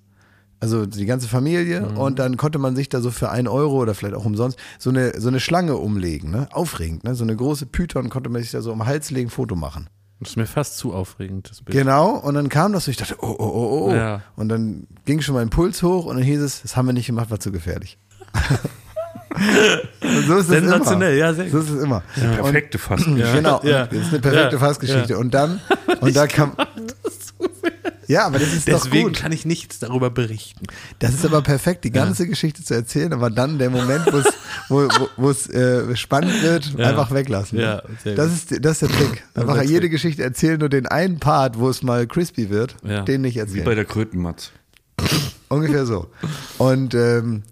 S4: also die ganze Familie,
S3: Mhm.
S4: und dann konnte man sich da so für einen Euro oder vielleicht auch umsonst so eine, so eine Schlange umlegen, ne? Aufregend, ne? So eine große Python konnte man sich da so um den Hals legen, Foto machen.
S3: Das ist mir fast zu aufregend, das Bild.
S4: Genau, und dann kam das so, ich dachte, oh, oh, oh, oh.
S3: Ja.
S4: Und dann ging schon mein Puls hoch und dann hieß es, das haben wir nicht gemacht, war zu gefährlich. und so ist es
S3: Sensationell,
S4: immer.
S3: ja, sehr
S4: So ist es immer. Und-
S2: Perfekte Fasten.
S4: Genau,
S3: Ja.
S4: Und das ist eine perfekte
S3: Ja.
S4: Fassgeschichte. Und dann, und da kam. Ja, aber das ist
S3: Deswegen
S4: doch gut.
S3: kann ich nichts darüber berichten.
S4: Das ist aber perfekt, die ganze Geschichte zu erzählen, aber dann der Moment, wo es- wo- wo- wo es äh, spannend wird, einfach weglassen.
S3: Ja, sehr
S4: das,
S3: gut.
S4: ist, das ist der Trick. Einfach jede Geschichte erzählen, nur den einen Part, wo es mal crispy wird,
S3: Ja.
S4: den nicht
S2: Wie bei
S4: erzählen.
S2: der Krötenmatz.
S4: Ungefähr so. Und, ähm,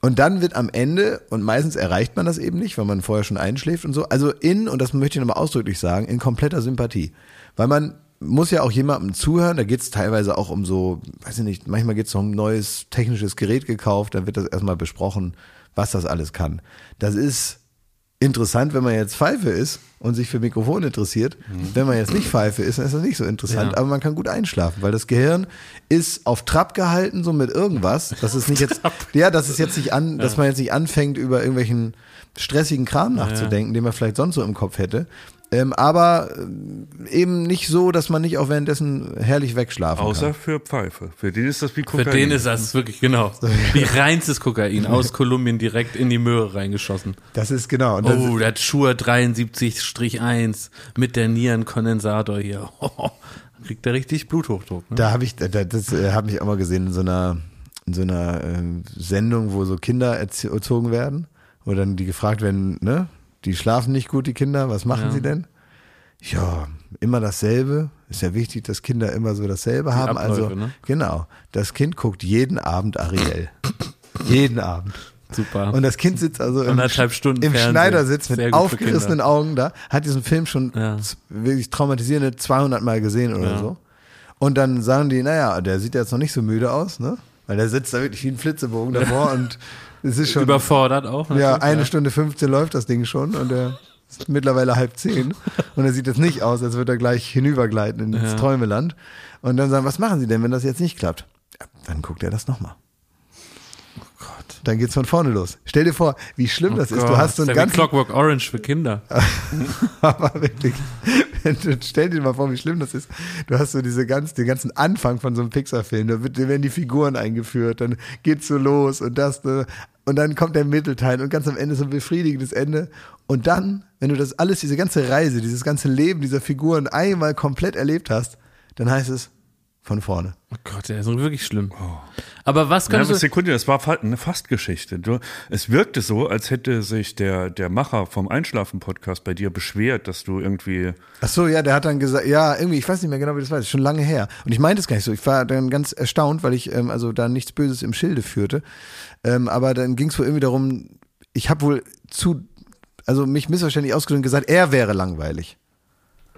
S4: und dann wird am Ende, und meistens erreicht man das eben nicht, weil man vorher schon einschläft und so, also in, und das möchte ich nochmal ausdrücklich sagen, in kompletter Sympathie. Weil man muss ja auch jemandem zuhören, da geht's teilweise auch um so, weiß ich nicht, manchmal geht's um ein neues technisches Gerät gekauft, dann wird das erstmal besprochen, was das alles kann. Das ist interessant, wenn man jetzt Pfeife ist und sich für Mikrofon interessiert. Wenn man jetzt nicht Pfeife ist, dann ist das nicht so interessant, aber man kann gut einschlafen, weil das Gehirn ist auf Trab gehalten, so mit irgendwas. Das ist nicht jetzt, ja, das ist jetzt nicht an, dass man jetzt nicht anfängt, über irgendwelchen stressigen Kram nachzudenken, den man vielleicht sonst so im Kopf hätte. Ähm, aber ähm, eben nicht so, dass man nicht auch währenddessen herrlich wegschlafen
S2: Außer für Pfeife. Für den ist das wie
S3: Für
S2: Kokain.
S3: den ist das wirklich, genau. Wie reinstes Kokain aus Kolumbien direkt in die Möhre reingeschossen.
S4: kann. Das ist genau. Und das
S3: Oh, der Schur 73-1 mit der Nierenkondensator hier. Dann kriegt er richtig Bluthochdruck. Ne?
S4: Da habe ich, da, da- das äh, habe ich auch mal gesehen in so einer, in so einer ähm, Sendung, wo so Kinder erzie- erzogen werden, wo dann die gefragt werden, ne, die schlafen nicht gut, die Kinder, was machen sie denn? Ja, immer dasselbe. Ist ja wichtig, dass Kinder immer so dasselbe haben.
S3: Abläufe,
S4: also
S3: ne?
S4: genau, das Kind guckt jeden Abend Ariel, jeden Abend.
S3: Super.
S4: Und das Kind sitzt also im,
S3: Anderthalb Stunden
S4: im
S3: Fernsehen.
S4: Schneidersitz mit
S3: Sehr gut für
S4: aufgerissenen Augen da, hat diesen Film schon
S3: Ja.
S4: z- wirklich traumatisierende 200 Mal gesehen oder
S3: Ja.
S4: so. Und dann sagen die, naja, der sieht jetzt noch nicht so müde aus, ne? Weil der sitzt da wirklich wie ein Flitzebogen davor und es ist schon,
S3: Überfordert auch. ne?
S4: ja, eine Stunde 15 läuft das Ding schon und er ist mittlerweile halb zehn und er sieht jetzt nicht aus, als würde er gleich hinübergleiten ins Träumeland. Und dann sagen, was machen Sie denn, wenn das jetzt nicht klappt? Ja, dann guckt er das nochmal. Dann geht's von vorne los. Stell dir vor, wie schlimm das ist. Du
S3: Gott,
S4: hast so
S3: ist
S4: einen
S3: ja wie
S4: ganzen
S3: Clockwork Orange für Kinder.
S4: aber wirklich. Wenn du- Stell dir mal vor, wie schlimm das ist. Du hast so diese ganz, den ganzen Anfang von so einem Pixar-Film. Da wird- da werden die Figuren eingeführt, dann geht's so los und das. ne? Und dann kommt der Mittelteil und ganz am Ende so ein befriedigendes Ende. Und dann, wenn du das alles, diese ganze Reise, dieses ganze Leben dieser Figuren einmal komplett erlebt hast, dann heißt es von vorne.
S3: Oh Gott, der ist wirklich schlimm.
S4: Oh.
S3: Aber was
S2: Ja,
S3: kannst
S2: aber
S3: du...
S2: Sekunde, das war fa- eine Fastgeschichte. Du, es wirkte so, als hätte sich der, der Macher vom Einschlafen-Podcast bei dir beschwert, dass du irgendwie.
S4: Ach so, ja, der hat dann gesagt, ja, irgendwie, ich weiß nicht mehr genau, wie das war, das ist schon lange her. Und ich meinte es gar nicht so. Ich war dann ganz erstaunt, weil ich ähm, also da nichts Böses im Schilde führte. Ähm, aber dann ging es wohl irgendwie darum, ich habe wohl zu, also mich missverständlich ausgedrückt und gesagt, er wäre langweilig.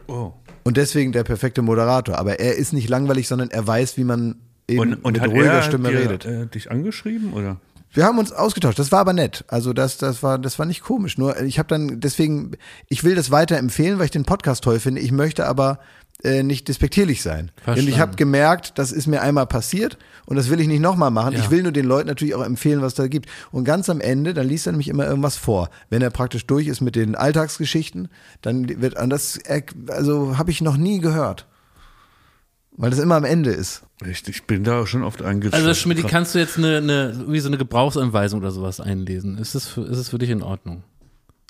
S2: Oh.
S4: Und deswegen der perfekte Moderator. Aber er ist nicht langweilig, sondern er weiß, wie man eben
S2: Und, und
S4: mit
S2: hat
S4: ruhiger
S2: er
S4: Stimme
S2: dir,
S4: redet.
S2: Äh, dich angeschrieben? Oder?
S4: Wir haben uns ausgetauscht, das war aber nett. Also das, das war, das war nicht komisch. Nur äh, ich habe dann deswegen, ich will das weiterempfehlen, weil ich den Podcast toll finde. Ich möchte aber äh, nicht despektierlich sein.
S3: Verstanden.
S4: Und ich habe gemerkt, das ist mir einmal passiert und das will ich nicht nochmal machen. Ich will nur den Leuten natürlich auch empfehlen, was da gibt. Und ganz am Ende, dann liest er nämlich immer irgendwas vor. Wenn er praktisch durch ist mit den Alltagsgeschichten, dann wird an das, also habe ich noch nie gehört. Weil das immer am Ende ist.
S2: Ich, ich bin da schon oft eingeschrieben.
S3: Also Schmidt, kannst du jetzt eine, eine, wie so eine Gebrauchsanweisung oder sowas einlesen? Ist es für, ist es für dich in Ordnung?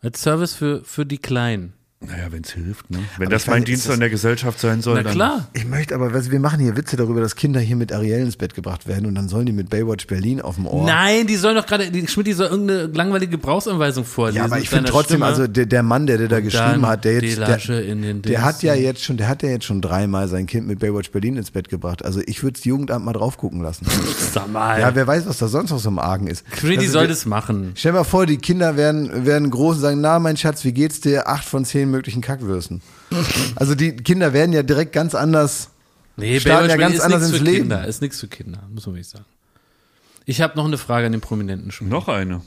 S3: Als Service für, für die Kleinen.
S2: Naja, wenn es hilft, ne? Wenn das
S4: ich weiß
S2: mein
S4: nicht,
S2: Dienst
S4: ist das-
S2: an der Gesellschaft sein soll,
S3: Na
S2: dann.
S3: klar.
S4: Ich möchte aber, weißt du, wir machen hier Witze darüber, dass Kinder hier mit Ariel ins Bett gebracht werden und dann sollen die mit Baywatch Berlin auf dem Ohr.
S3: Nein, die sollen doch gerade, die Schmidt, die soll irgendeine langweilige Gebrauchsanweisung vorlesen.
S4: Ja, aber ich
S3: mit
S4: finde
S3: seiner
S4: trotzdem,
S3: Stimme.
S4: also der, der Mann, der, der da geschrieben
S3: dann
S4: hat, der
S3: die
S4: jetzt,
S3: Lasche
S4: der,
S3: in den
S4: der hat
S3: Dingsen.
S4: ja jetzt schon, der hat ja jetzt schon dreimal sein Kind mit Baywatch Berlin ins Bett gebracht. Also ich würde das Jugendamt mal drauf gucken lassen.
S3: Sag mal.
S4: ja, wer weiß, was da sonst noch so im Argen ist.
S3: Schmidt, die
S4: Also
S3: soll
S4: der-
S3: das machen.
S4: Stell dir mal vor, die Kinder werden, werden groß und sagen, na mein Schatz, wie geht's dir? Acht von zehn möglichen Kackwürsten. Also die Kinder werden ja direkt ganz anders.
S3: Nee,
S4: starten ja
S3: Baywatch
S4: ganz
S3: ist
S4: anders
S3: nichts für
S4: ins Leben.
S3: Kinder, ist nichts für Kinder, muss man wirklich sagen. Ich habe noch eine Frage an den prominenten Schmidt.
S2: Noch eine.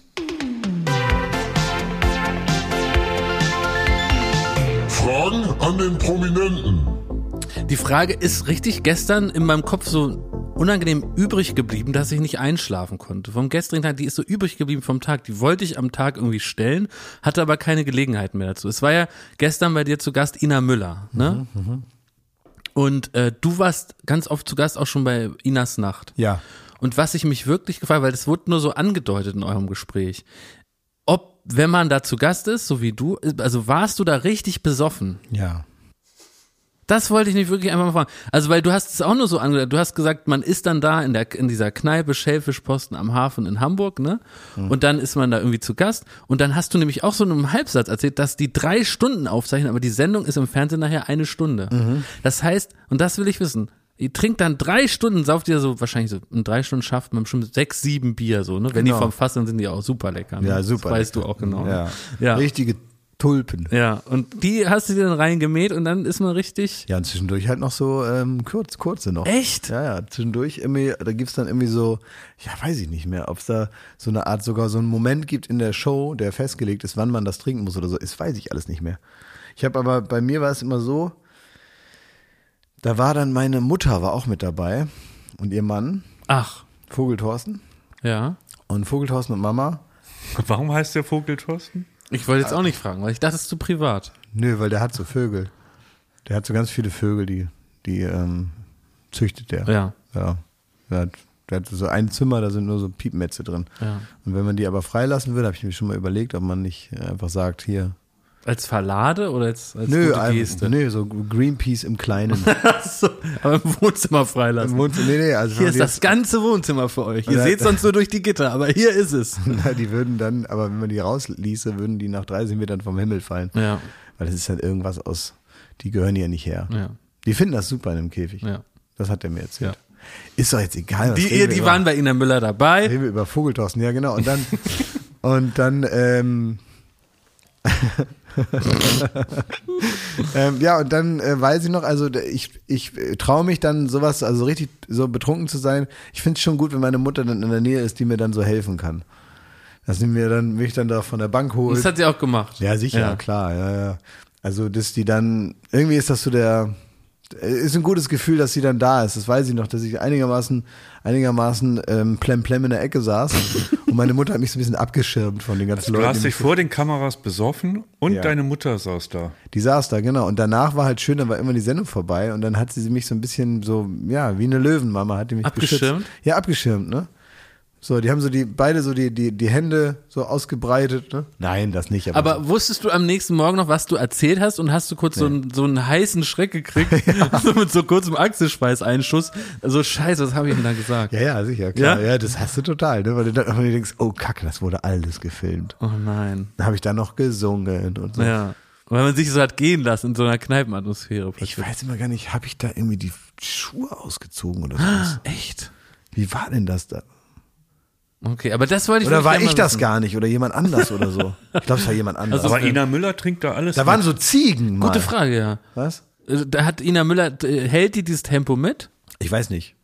S9: Fragen an den Prominenten.
S3: Die Frage ist richtig gestern in meinem Kopf so unangenehm übrig geblieben, dass ich nicht einschlafen konnte. Vom gestrigen Tag, die ist so übrig geblieben vom Tag. Die wollte ich am Tag irgendwie stellen, hatte aber keine Gelegenheit mehr dazu. Es war ja gestern bei dir zu Gast Ina Müller, ne? Und äh, du warst ganz oft zu Gast auch schon bei Inas Nacht.
S4: Ja.
S3: Und was ich mich wirklich gefragt, weil das wurde nur so angedeutet in eurem Gespräch, ob, wenn man da zu Gast ist, so wie du, also warst du da richtig besoffen?
S4: Ja.
S3: Das wollte ich nicht wirklich einfach mal fragen. Also, weil du hast es auch nur so angedeutet. Du hast gesagt, man ist dann da in, der, in dieser Kneipe Schellfischposten am Hafen in Hamburg, ne?
S4: Mhm.
S3: Und dann ist man da irgendwie zu Gast. Und dann hast du nämlich auch so in einem Halbsatz erzählt, dass die drei Stunden aufzeichnen, aber die Sendung ist im Fernsehen nachher eine Stunde.
S4: Mhm.
S3: Das heißt, und das will ich wissen, ihr trinkt dann drei Stunden, sauft ihr so, wahrscheinlich so, in drei Stunden schafft man bestimmt sechs, sieben Bier, so, ne? Wenn
S4: Genau.
S3: die vom Fass sind, sind die auch super lecker. Ne?
S4: Ja, super.
S3: Das weißt du auch genau.
S4: Ja.
S3: Ne? Ja.
S4: Richtige Tulpen.
S3: ja. Und die hast du dir dann reingemäht und dann ist man richtig.
S4: Ja, und zwischendurch halt noch so ähm, kurz, kurze noch.
S3: Echt?
S4: Ja, ja, zwischendurch irgendwie, da gibt's dann irgendwie so, ja, weiß ich nicht mehr, ob es da so eine Art sogar so einen Moment gibt in der Show, der festgelegt ist, wann man das trinken muss oder so, ist, weiß ich alles nicht mehr. Ich habe aber, bei mir war es immer so, da war dann meine Mutter, war auch mit dabei und ihr Mann,
S3: Ach.
S4: Vogelthorsten.
S3: Ja.
S4: Und Vogelthorsten und Mama,
S2: Warum heißt der Vogel Thorsten?
S3: Ich wollte jetzt
S4: Ah.
S3: auch nicht fragen, weil ich dachte, es ist zu privat.
S4: nö, weil der hat so Vögel. Der hat so ganz viele Vögel, die, die ähm, züchtet der.
S3: Ja.
S4: Ja. Der hat, der hat so ein Zimmer, da sind nur so Piepmetze drin.
S3: Ja.
S4: Und wenn man die aber freilassen würde, habe ich mir schon mal überlegt, ob man nicht äh, einfach sagt, hier.
S3: Als Verlade oder als, als
S4: Nö,
S3: gute
S4: ein-
S3: Geste?
S4: nö, so Greenpeace im Kleinen.
S3: So, aber im Wohnzimmer freilassen.
S4: Im Wohnz- nee, nee, also
S3: hier
S4: wenn
S3: ist
S4: die
S3: das ganze Wohnzimmer für euch. Ihr
S4: Ja.
S3: seht sonst nur durch die Gitter, aber hier ist es.
S4: Na, die würden dann, aber wenn man die rausließe, würden die nach 30 Metern vom Himmel fallen.
S3: Ja.
S4: Weil das ist halt irgendwas aus, die gehören hier nicht her.
S3: Ja.
S4: Die finden das super in dem Käfig.
S3: Ja.
S4: Das hat er mir erzählt. Ist doch jetzt egal. was
S3: Die,
S4: reden
S3: ihr,
S4: wir
S3: die
S4: über-
S3: waren bei Ina Müller dabei.
S4: Reden wir über Vogeltorsten, ja genau. Und dann, und dann, ähm, ähm, ja, und dann äh, weiß ich noch, also d- ich, ich äh, traue mich dann sowas, also richtig so betrunken zu sein. Ich finde es schon gut, wenn meine Mutter dann in der Nähe ist, die mir dann so helfen kann. Dass sie mir dann, mich dann da von der Bank holt.
S3: Das hat sie auch gemacht.
S4: Ja, sicher,
S3: Ja.
S4: klar, ja, ja. Also, dass die dann, irgendwie ist das so der, ist ein gutes Gefühl, dass sie dann da ist. Das weiß ich noch, dass ich einigermaßen, einigermaßen ähm, plemplem in der Ecke saß und meine Mutter hat mich so ein bisschen abgeschirmt von den ganzen
S2: Also Du
S4: Leuten.
S2: hast
S4: die
S2: dich
S4: mich-
S2: vor den Kameras besoffen und
S4: Ja.
S2: deine Mutter saß da.
S4: Die saß da, genau. Und danach war halt schön, dann war immer die Sendung vorbei und dann hat sie mich so ein bisschen so, ja, wie eine Löwenmama hat die mich
S3: Abgeschirmt?
S4: Beschützt. Ja, abgeschirmt, ne? So, die haben so die, beide so die, die, die Hände so ausgebreitet, ne? Nein, das nicht, so-
S3: Aber wusstest du am nächsten Morgen noch, was du erzählt hast und hast du kurz so, einen, so einen heißen Schreck gekriegt, so mit so kurzem Achselschweißeinschuss? Also scheiße, was habe ich denn da gesagt?
S4: Ja, ja, sicher, klar.
S3: Ja?
S4: Ja, das hast du total, ne? Weil du dann auch denkst, oh Kacke, das wurde alles gefilmt.
S3: Oh nein.
S4: Dann habe ich da noch gesungen und so.
S3: Ja. Weil man sich so hat gehen lassen in so einer Kneipenatmosphäre.
S4: Ich weiß immer gar nicht, habe ich da irgendwie die Schuhe ausgezogen oder
S3: Ah.
S4: sowas?
S3: Echt?
S4: Wie war denn das da?
S3: Okay, aber das wollte ich
S4: Oder
S3: wirklich
S4: war
S3: gerne
S4: ich
S3: mal
S4: das
S3: wissen. Also
S4: gar nicht oder jemand anders oder so? Ich glaube, es war jemand anders.
S2: Aber Ina Müller trinkt da alles.
S4: da waren so Ziegen. Mal.
S3: Gute Frage, ja.
S4: Was?
S3: Also, Da hat Ina Müller, äh, hält die dieses Tempo mit?
S4: Ich weiß nicht.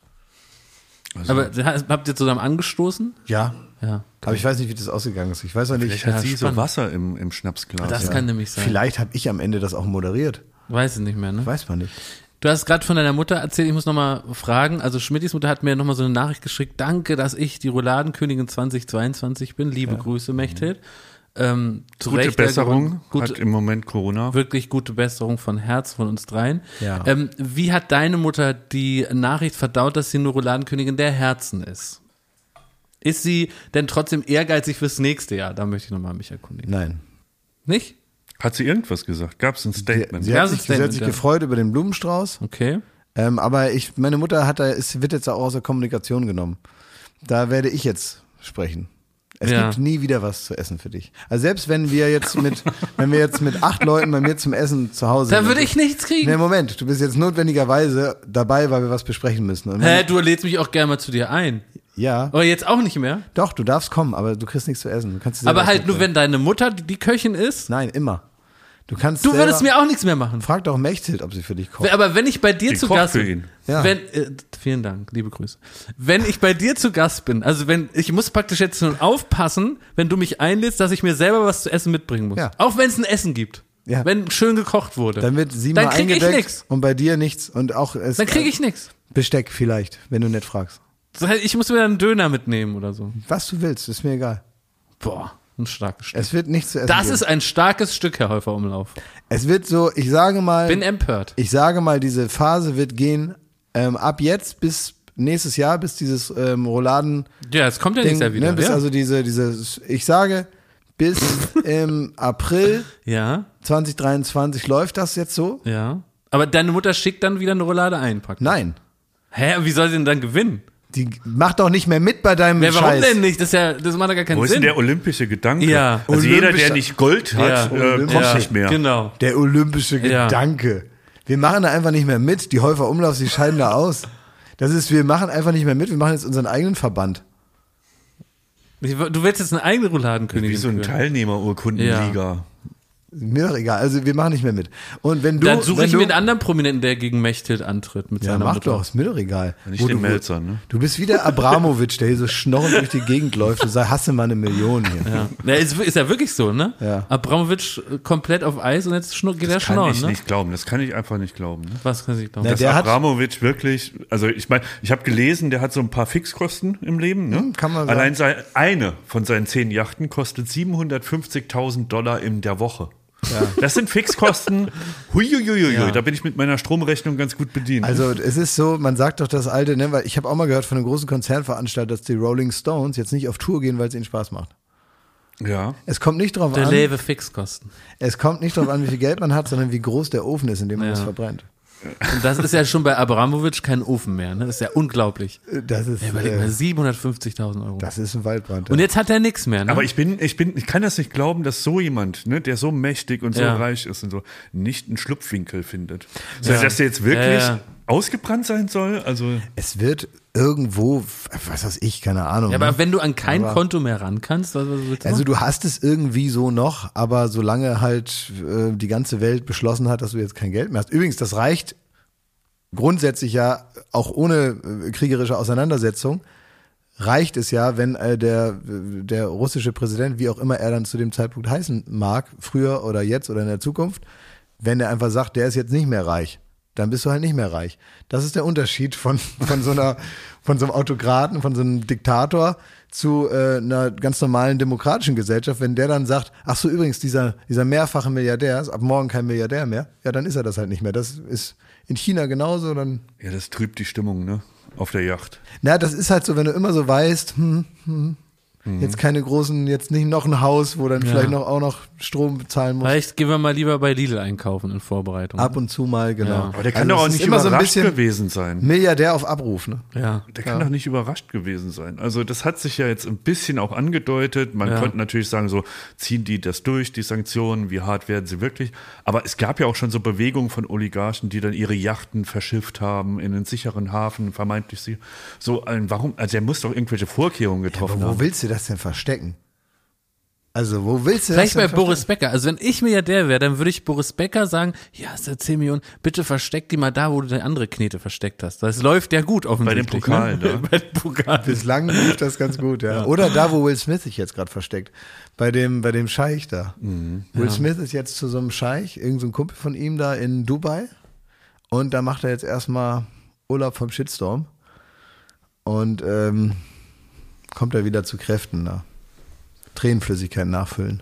S4: Also
S3: Aber ha- habt ihr zusammen angestoßen?
S4: Ja.
S3: Ja.
S4: Aber ich weiß nicht, wie das ausgegangen ist. Ich weiß auch nicht.
S2: Vielleicht hat sie so
S3: spannend.
S2: Wasser im, im Schnapsglas.
S3: Das kann nämlich sein.
S4: Vielleicht habe ich am Ende das auch moderiert.
S3: Weiß es nicht mehr, ne?
S4: Weiß man nicht.
S3: Du hast gerade von deiner Mutter erzählt, ich muss nochmal fragen. Also Schmidtis Mutter hat mir nochmal so eine Nachricht geschickt. Danke, dass ich die Rouladenkönigin 2022 bin. Liebe Grüße, Mechthild.
S4: Mhm.
S3: Ähm, zu
S2: Gute
S3: Recht, ja, gewonnen.
S2: Besserung.
S3: Gute,
S2: Hat im Moment Corona.
S3: wirklich gute Besserung von Herz von uns dreien.
S4: Ja.
S3: Ähm, wie hat deine Mutter die Nachricht verdaut, dass sie nur Rouladenkönigin der Herzen ist? Ist sie denn trotzdem ehrgeizig fürs nächste Jahr? Da möchte ich nochmal mich erkundigen.
S4: Nein.
S3: Nicht?
S2: Hat sie irgendwas gesagt? Gab es ein Statement?
S4: Sie,
S3: Ja,
S4: hat
S3: so
S4: sich, sie hat
S3: Statement,
S4: sich
S3: ja.
S4: gefreut über den Blumenstrauß.
S3: Okay.
S4: Ähm, aber ich, meine Mutter hat da, es wird jetzt auch aus der Kommunikation genommen. Da werde ich jetzt sprechen. Es
S3: Ja.
S4: gibt nie wieder was zu essen für dich. Also selbst wenn wir jetzt mit, wenn wir jetzt mit acht Leuten bei mir zum Essen zu Hause
S3: Dann würde ich nichts
S4: Nee,
S3: kriegen.
S4: Moment, du bist jetzt notwendigerweise dabei, weil wir was besprechen müssen. Und wenn-
S3: Hä, Oh. du lädst mich auch gerne mal zu dir ein.
S4: Ja,
S3: Aber jetzt auch nicht mehr.
S4: doch, du darfst kommen, aber du kriegst nichts zu essen. Du kannst dir selber
S3: Aber halt
S4: was
S3: nur,
S4: mitbringen.
S3: wenn deine Mutter die, die Köchin ist.
S4: Nein, immer. Du kannst.
S3: Du
S4: selber-
S3: würdest mir auch nichts mehr machen.
S4: Frag doch Mechthild, ob sie für dich kocht.
S3: Aber wenn ich bei dir
S2: Die
S3: zu
S2: kocht
S3: Gast
S2: für
S3: bin,
S2: ihn.
S4: Ja.
S3: wenn, äh, vielen Dank, liebe Grüße. Wenn ich bei dir zu Gast bin, also wenn ich muss praktisch jetzt schon aufpassen, wenn du mich einlädst, dass ich mir selber was zu essen mitbringen muss,
S4: Ja.
S3: auch wenn es ein Essen gibt,
S4: Ja.
S3: wenn schön gekocht wurde,
S4: Dann wird sie
S3: dann
S4: mal
S3: krieg ich
S4: eingedeckt
S3: nichts.
S4: und bei dir nichts und auch es,
S3: Dann krieg ich nichts.
S4: Besteck vielleicht, wenn du nicht fragst.
S3: Das heißt, Ich muss mir dann einen Döner mitnehmen oder so.
S4: Was du willst, ist mir egal.
S3: Boah, ein starkes Stück.
S4: Es wird nichts zu essen.
S3: Das
S4: geben.
S3: ist ein starkes Stück, Herr Häufer Umlauf.
S4: Es wird so, ich sage mal,
S3: Bin empört.
S4: ich sage mal, diese Phase wird gehen ähm, ab jetzt bis nächstes Jahr, bis dieses ähm, Rouladen
S3: Ja, es kommt ja
S4: Ding,
S3: nicht sehr wieder.
S4: ne, bis
S3: ja.
S4: also diese diese ich sage bis im April
S3: ja,
S4: 2023 läuft das jetzt so?
S3: ja. Aber deine Mutter schickt dann wieder eine Roulade einpacken.
S4: Nein.
S3: Hä, wie soll sie denn dann gewinnen?
S4: Die macht doch nicht mehr mit bei deinem
S3: Ja, warum
S4: Scheiß.
S3: denn nicht? Das, ist ja, das macht ja gar keinen
S2: Wo ist denn
S3: Sinn.
S2: der olympische Gedanke?
S3: Ja.
S2: Also jeder, der
S4: Olympischer-
S2: nicht Gold hat,
S3: Ja.
S2: äh, kommt
S3: ja,
S2: nicht mehr.
S3: Genau.
S4: Der olympische
S3: Ja.
S4: Gedanke. Wir machen da einfach nicht mehr mit. Die Häufer Umlaufs, die scheiden da aus. Das ist, wir machen einfach nicht mehr mit. Wir machen jetzt unseren eigenen Verband.
S3: Ich- Du willst jetzt eine eigene Rouladenkönigin.
S2: Wie so ein
S3: führen.
S2: Teilnehmerurkundenliga.
S4: Mir doch egal. Also wir machen nicht mehr mit. Und wenn du,
S3: Dann suche
S4: wenn
S3: ich
S4: du,
S3: mir einen anderen Prominenten, der gegen Mechthild antritt mit
S4: Ja,
S3: seiner
S4: mach
S3: Mutter.
S4: doch, ist mir doch egal.
S2: Nicht
S4: Wo
S2: den
S4: du-
S2: Melzer, ne?
S4: Du bist wie der Abramowitsch, der hier so schnorrend durch die Gegend läuft und sagt, hasse mal eine Million hier.
S3: Ja. Ja, ist, ist ja wirklich so, ne?
S4: Ja.
S3: Abramowitsch äh, komplett auf Eis und jetzt schnur, geht er
S2: Kann
S3: schnorren,
S2: ich
S3: ne?
S2: nicht glauben. Das kann ich einfach nicht glauben. Ne?
S3: Was kann ich glauben?
S4: Na,
S2: Dass
S4: der hat-
S2: Abramovic wirklich, also ich meine, ich habe gelesen, der hat so ein paar Fixkosten im Leben. Ne?
S4: Hm, kann man sagen.
S2: Allein sein, eine von seinen zehn Yachten kostet 750.000 Dollar in der Woche. Das sind Fixkosten. Huiuiuiui, da bin ich mit meiner Stromrechnung ganz gut bedient.
S4: Also es ist so, man sagt doch das alte, ne, weil ich habe auch mal gehört von einem großen Konzernveranstalter, dass die Rolling Stones jetzt nicht auf Tour gehen, weil es ihnen Spaß macht.
S2: ja.
S4: Es kommt nicht drauf
S3: Der
S4: an,
S3: lebe Fixkosten.
S4: es kommt nicht drauf an, wie viel Geld man hat, sondern wie groß der Ofen ist, in dem man
S3: Ja.
S4: es verbrennt.
S3: Und das ist ja schon bei Abramowitsch kein Ofen mehr, ne? Das ist ja unglaublich.
S4: Das ist,
S3: Überleg mal,
S4: äh,
S3: 750.000 Euro.
S4: das ist ein Waldbrand.
S3: Und jetzt hat er nichts mehr, ne?
S2: Aber ich bin, ich bin, ich kann das nicht glauben, dass so jemand, ne, der so mächtig und so
S3: Ja.
S2: reich ist und so, nicht einen Schlupfwinkel findet. So, Dass er jetzt wirklich
S3: Ja, ja.
S2: ausgebrannt sein soll? Also,
S4: es wird irgendwo, was weiß ich, keine Ahnung.
S3: ja,
S4: ne?
S3: aber wenn du an kein Konto mehr ran kannst, was, was willst du
S4: Also
S3: machen?
S4: du hast es irgendwie so noch, aber solange halt äh, die ganze Welt beschlossen hat, dass du jetzt kein Geld mehr hast. Übrigens, das reicht grundsätzlich ja auch ohne äh, kriegerische Auseinandersetzung. Reicht es ja, wenn äh, der, der russische Präsident, wie auch immer er dann zu dem Zeitpunkt heißen mag, früher oder jetzt oder in der Zukunft, wenn er einfach sagt, der ist jetzt nicht mehr reich, dann bist du halt nicht mehr reich. Das ist der Unterschied von, von so einer, von so einem Autokraten, von so einem Diktator zu äh, einer ganz normalen demokratischen Gesellschaft. Wenn der dann sagt, ach so, übrigens, dieser, dieser mehrfache Milliardär ist ab morgen kein Milliardär mehr, ja, dann ist er das halt nicht mehr. Das ist in China genauso, dann
S2: ja, das trübt die Stimmung, ne? Auf der Yacht.
S4: na, das ist halt so, wenn du immer so weißt, hm, hm,
S2: Mhm.
S4: jetzt keine großen, jetzt nicht noch ein Haus, wo dann vielleicht noch auch noch Strom bezahlen musst.
S3: Vielleicht gehen wir mal lieber bei Lidl einkaufen in Vorbereitung.
S4: Ab und zu mal, genau.
S3: Ja.
S2: Aber der kann doch auch
S4: es ist
S2: nicht immer überrascht
S4: bisschen
S2: gewesen sein.
S4: Milliardär auf Abruf, ne?
S3: ja.
S2: Der kann doch nicht überrascht gewesen sein. Also das hat sich ja jetzt ein bisschen auch angedeutet. Man
S3: Ja.
S2: könnte natürlich sagen, so ziehen die das durch, die Sanktionen, wie hart werden sie wirklich? Aber es gab ja auch schon so Bewegungen von Oligarchen, die dann ihre Yachten verschifft haben in einen sicheren Hafen, vermeintlich sie. So, ein, warum? Also der muss doch irgendwelche Vorkehrungen
S4: Aber
S2: getroffen
S4: wo
S2: haben.
S4: willst du das denn verstecken? Also, wo willst du
S3: Vielleicht
S4: das
S3: bei
S4: denn
S3: Boris Becker. Also wenn ich Milliardär wäre, dann würde ich Boris Becker sagen, hier hast du 10 Millionen, bitte versteck die mal da, wo du deine andere Knete versteckt hast. Das läuft ja gut
S2: Bei den
S3: offensichtlich.
S2: Pokalen,
S3: ne?
S2: ne?
S3: Bei den Pokalen.
S4: Bislang lief das ganz gut, ja. Oder da, wo Will Smith sich jetzt gerade versteckt. Bei dem, bei dem Scheich da.
S3: Mhm.
S4: Will Smith ist jetzt zu so einem Scheich, irgendein so ein Kumpel von ihm da in Dubai. Und da macht er jetzt erstmal Urlaub vom Shitstorm. Und ähm, kommt er wieder zu Kräften da. Tränenflüssigkeit nachfüllen.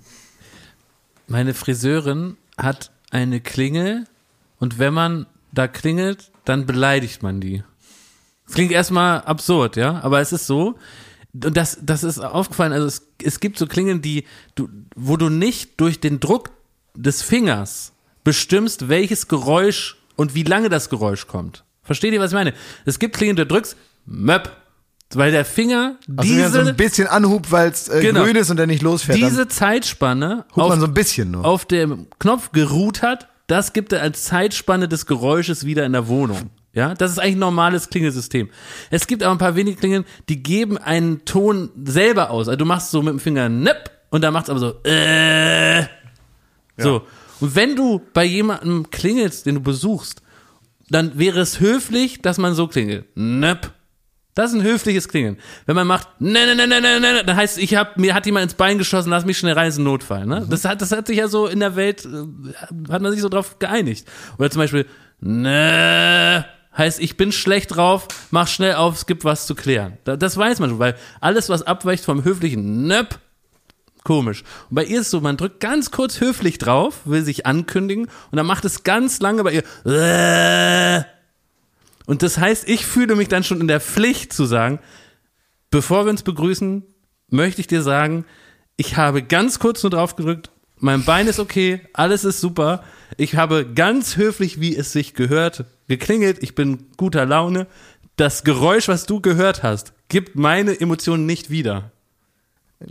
S3: Meine Friseurin hat eine Klingel und wenn man da klingelt, dann beleidigt man die. Das klingt erstmal absurd, ja, aber es ist so. Und das, das ist aufgefallen, also es, es gibt so Klingeln, die, du, wo du nicht durch den Druck des Fingers bestimmst, welches Geräusch und wie lange das Geräusch kommt. Versteht ihr, was ich meine? Es gibt Klingen, du drückst, möpp. Weil der Finger
S4: Also wenn er
S3: diese,
S4: so ein bisschen anhubt, weil es äh,
S3: Genau.
S4: grün ist und er nicht losfährt, dann
S3: diese Zeitspanne
S4: hupt man
S3: auf,
S4: so ein bisschen nur.
S3: auf dem Knopf geruht hat, das gibt er als Zeitspanne des Geräusches wieder in der Wohnung. Ja, das ist eigentlich ein normales Klingelsystem. Es gibt aber ein paar wenige Klingen, die geben einen Ton selber aus. Also du machst so mit dem Finger nipp und dann macht's aber so äh. So. Und wenn du bei jemandem klingelst, den du besuchst, dann wäre es höflich, dass man so klingelt. Nipp. Das ist ein höfliches Klingeln. Wenn man macht, ne, ne, ne, ne, ne, ne, ne, dann heißt, ich hab, mir hat jemand ins Bein geschossen, lass mich schnell rein, ist ein Notfall. Ne? Das, hat, das hat sich ja so in der Welt, äh, hat man sich so drauf geeinigt. Oder zum Beispiel, ne, heißt, ich bin schlecht drauf, mach schnell auf, es gibt was zu klären. Da, das weiß man schon, weil alles, was abweicht vom höflichen Nöpp, komisch. Und bei ihr ist so, man drückt ganz kurz höflich drauf, will sich ankündigen und dann macht es ganz lange bei ihr, äh, und das heißt, ich fühle mich dann schon in der Pflicht zu sagen, bevor wir uns begrüßen, möchte ich dir sagen, ich habe ganz kurz nur drauf gedrückt, mein Bein ist okay, alles ist super. Ich habe ganz höflich, wie es sich gehört, geklingelt, ich bin guter Laune. Das Geräusch, was du gehört hast, gibt meine Emotionen nicht wieder.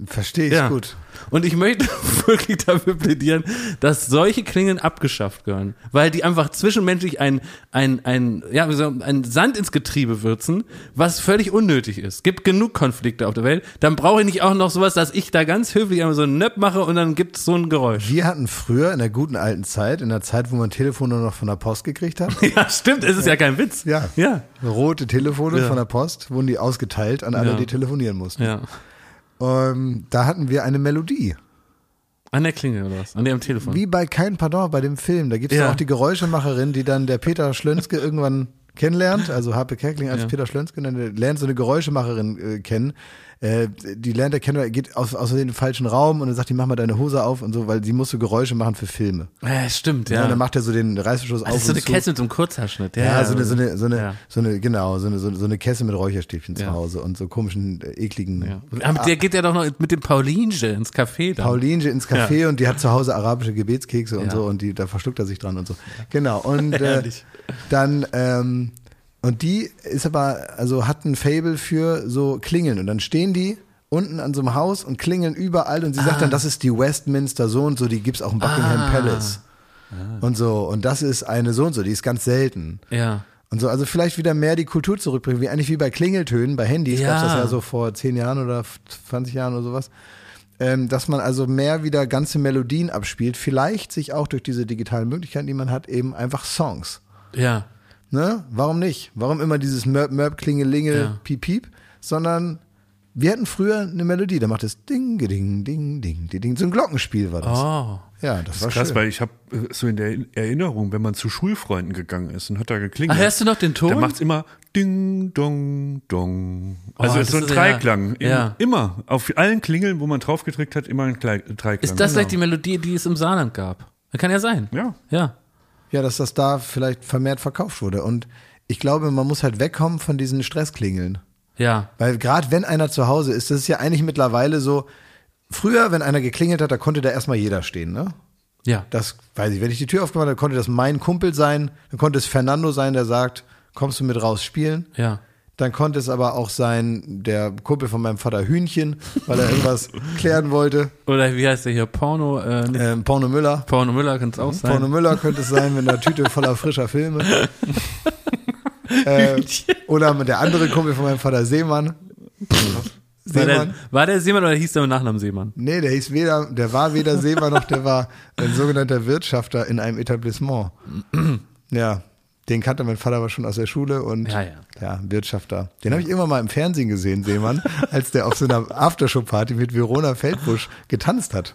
S4: Verstehe ich
S3: Ja.
S4: gut.
S3: Und ich möchte wirklich dafür plädieren, dass solche Klingen abgeschafft gehören, weil die einfach zwischenmenschlich ein, ein, ein, ja, wie soll man- ein Sand ins Getriebe würzen, was völlig unnötig ist. Gibt genug Konflikte auf der Welt, dann brauche ich nicht auch noch sowas, dass ich da ganz höflich einmal so einen Nöpp mache und dann gibt es so ein Geräusch.
S4: Wir hatten früher in der guten alten Zeit, in der Zeit, wo man Telefone noch von der Post gekriegt hat,
S3: Ja, stimmt, es ist ja kein Witz.
S4: Ja.
S3: Ja.
S4: rote Telefone
S3: Ja.
S4: von der Post, wurden die ausgeteilt an alle,
S3: Ja.
S4: die telefonieren mussten.
S3: Ja.
S4: Ähm, da hatten wir eine Melodie.
S3: An der Klingel oder was? An dem Telefon.
S4: Wie bei Kein Pardon, bei dem Film. Da gibt es ja.
S3: Ja.
S4: auch die Geräuschemacherin, die dann der Peter Schlönske irgendwann kennenlernt. Also Harpe Kerkling als
S3: Ja.
S4: Peter Schlönske, dann lernt so eine Geräuschemacherin äh, kennen. Äh, die lernt er kennen, er geht aus, aus Versehen in den falschen Raum und dann sagt die, mach mal deine Hose auf und so, weil sie muss so Geräusche machen für Filme.
S3: Ja, stimmt,
S4: Ja.
S3: ja. Ah,
S4: Und dann macht er so den Reißverschluss auf
S3: das ist so
S4: und
S3: eine
S4: zu.
S3: Kette mit so einem Kurzhaarschnitt. Ja,
S4: Ja, so eine, so eine, so eine,
S3: Ja.
S4: so eine genau, so eine, so eine- so eine Kesse mit Räucherstäbchen zu
S3: Ja.
S4: Hause und so komischen, äh, ekligen.
S3: Ja. Aber
S4: Ah.
S3: der geht ja doch noch mit dem Paulinche ins Café da.
S4: Pauline ins Café und die hat zu Hause arabische Gebetskekse und
S3: Ja.
S4: so und die, da verschluckt er sich dran und so. Genau. Und äh,
S3: Herrlich.
S4: dann, ähm, und die ist aber, also hat ein Fable für so Klingeln und dann stehen die unten an so einem Haus und klingeln überall und sie
S3: Ah.
S4: sagt dann, das ist die Westminster so und so, die gibt's auch im Buckingham Palace. Und so, und das ist eine so und so, die ist ganz selten.
S3: Ah. Ja.
S4: Und so, also vielleicht wieder mehr die Kultur zurückbringen, wie eigentlich wie bei Klingeltönen, bei Handys
S3: Ja.
S4: gab's das ja so vor zehn Jahren oder 20 Jahren oder sowas. Ähm, dass man also mehr wieder ganze Melodien abspielt, vielleicht sich auch durch diese digitalen Möglichkeiten, die man hat, eben einfach Songs.
S3: Ja.
S4: Ne? Warum nicht? Warum immer dieses Mörp, Mörp, Klingelingel,
S3: Ja.
S4: Piep, Piep, sondern wir hatten früher eine Melodie, da macht es Ding, Ding, Ding, Ding, Ding, Ding, so ein Glockenspiel war das.
S3: Oh.
S4: Ja, das, war
S2: Krass,
S4: schön.
S2: weil ich habe so in der Erinnerung, wenn man zu Schulfreunden gegangen ist und hat da
S3: Ah,
S2: geklingelt.
S3: hörst du noch den Ton?
S2: Da macht's immer Ding, Dong, Dong. Also
S3: Oh,
S2: es ist so
S3: das
S2: ein
S3: ist ja-
S2: Dreiklang. Im-
S3: ja.
S2: Immer. Auf allen Klingeln, wo man draufgedrückt hat, immer ein Klei- Dreiklang.
S3: ist das vielleicht die Melodie, die es im Saarland gab? Kann ja sein.
S2: Genau. Ja.
S3: Ja.
S4: Ja, dass das da vielleicht vermehrt verkauft wurde. Und ich glaube, man muss halt wegkommen von diesen Stressklingeln.
S3: Ja.
S4: Weil gerade wenn einer zu Hause ist, das ist ja eigentlich mittlerweile so, früher, wenn einer geklingelt hat, da konnte da erstmal jeder stehen, ne?
S3: Ja.
S4: Das weiß ich, wenn ich die Tür aufgemacht habe, konnte das mein Kumpel sein, dann konnte es Fernando sein, der sagt, kommst du mit raus spielen?
S3: Ja.
S4: Dann konnte es aber auch sein, der Kumpel von meinem Vater Hühnchen, weil er irgendwas klären wollte.
S3: Oder wie heißt der hier? Porno, äh, nicht
S4: Ähm, Porno Müller.
S3: Porno Müller kann es auch sein.
S4: Porno Müller könnte es sein, mit einer Tüte voller frischer Filme. äh, oder mit der andere Kumpel von meinem Vater Seemann.
S3: war,
S4: Seemann.
S3: der, war der Seemann oder hieß der mit Nachnamen Seemann?
S4: Nee, der hieß weder, der war weder Seemann noch der war ein sogenannter Wirtschafter in einem Etablissement. Ja, den kannte mein Vater aber schon aus der Schule und
S3: Ja, ja.
S4: Wirtschafter. Den habe ich immer mal im Fernsehen gesehen, Seemann, als der auf so einer Aftershow-Party mit Verona Feldbusch getanzt hat.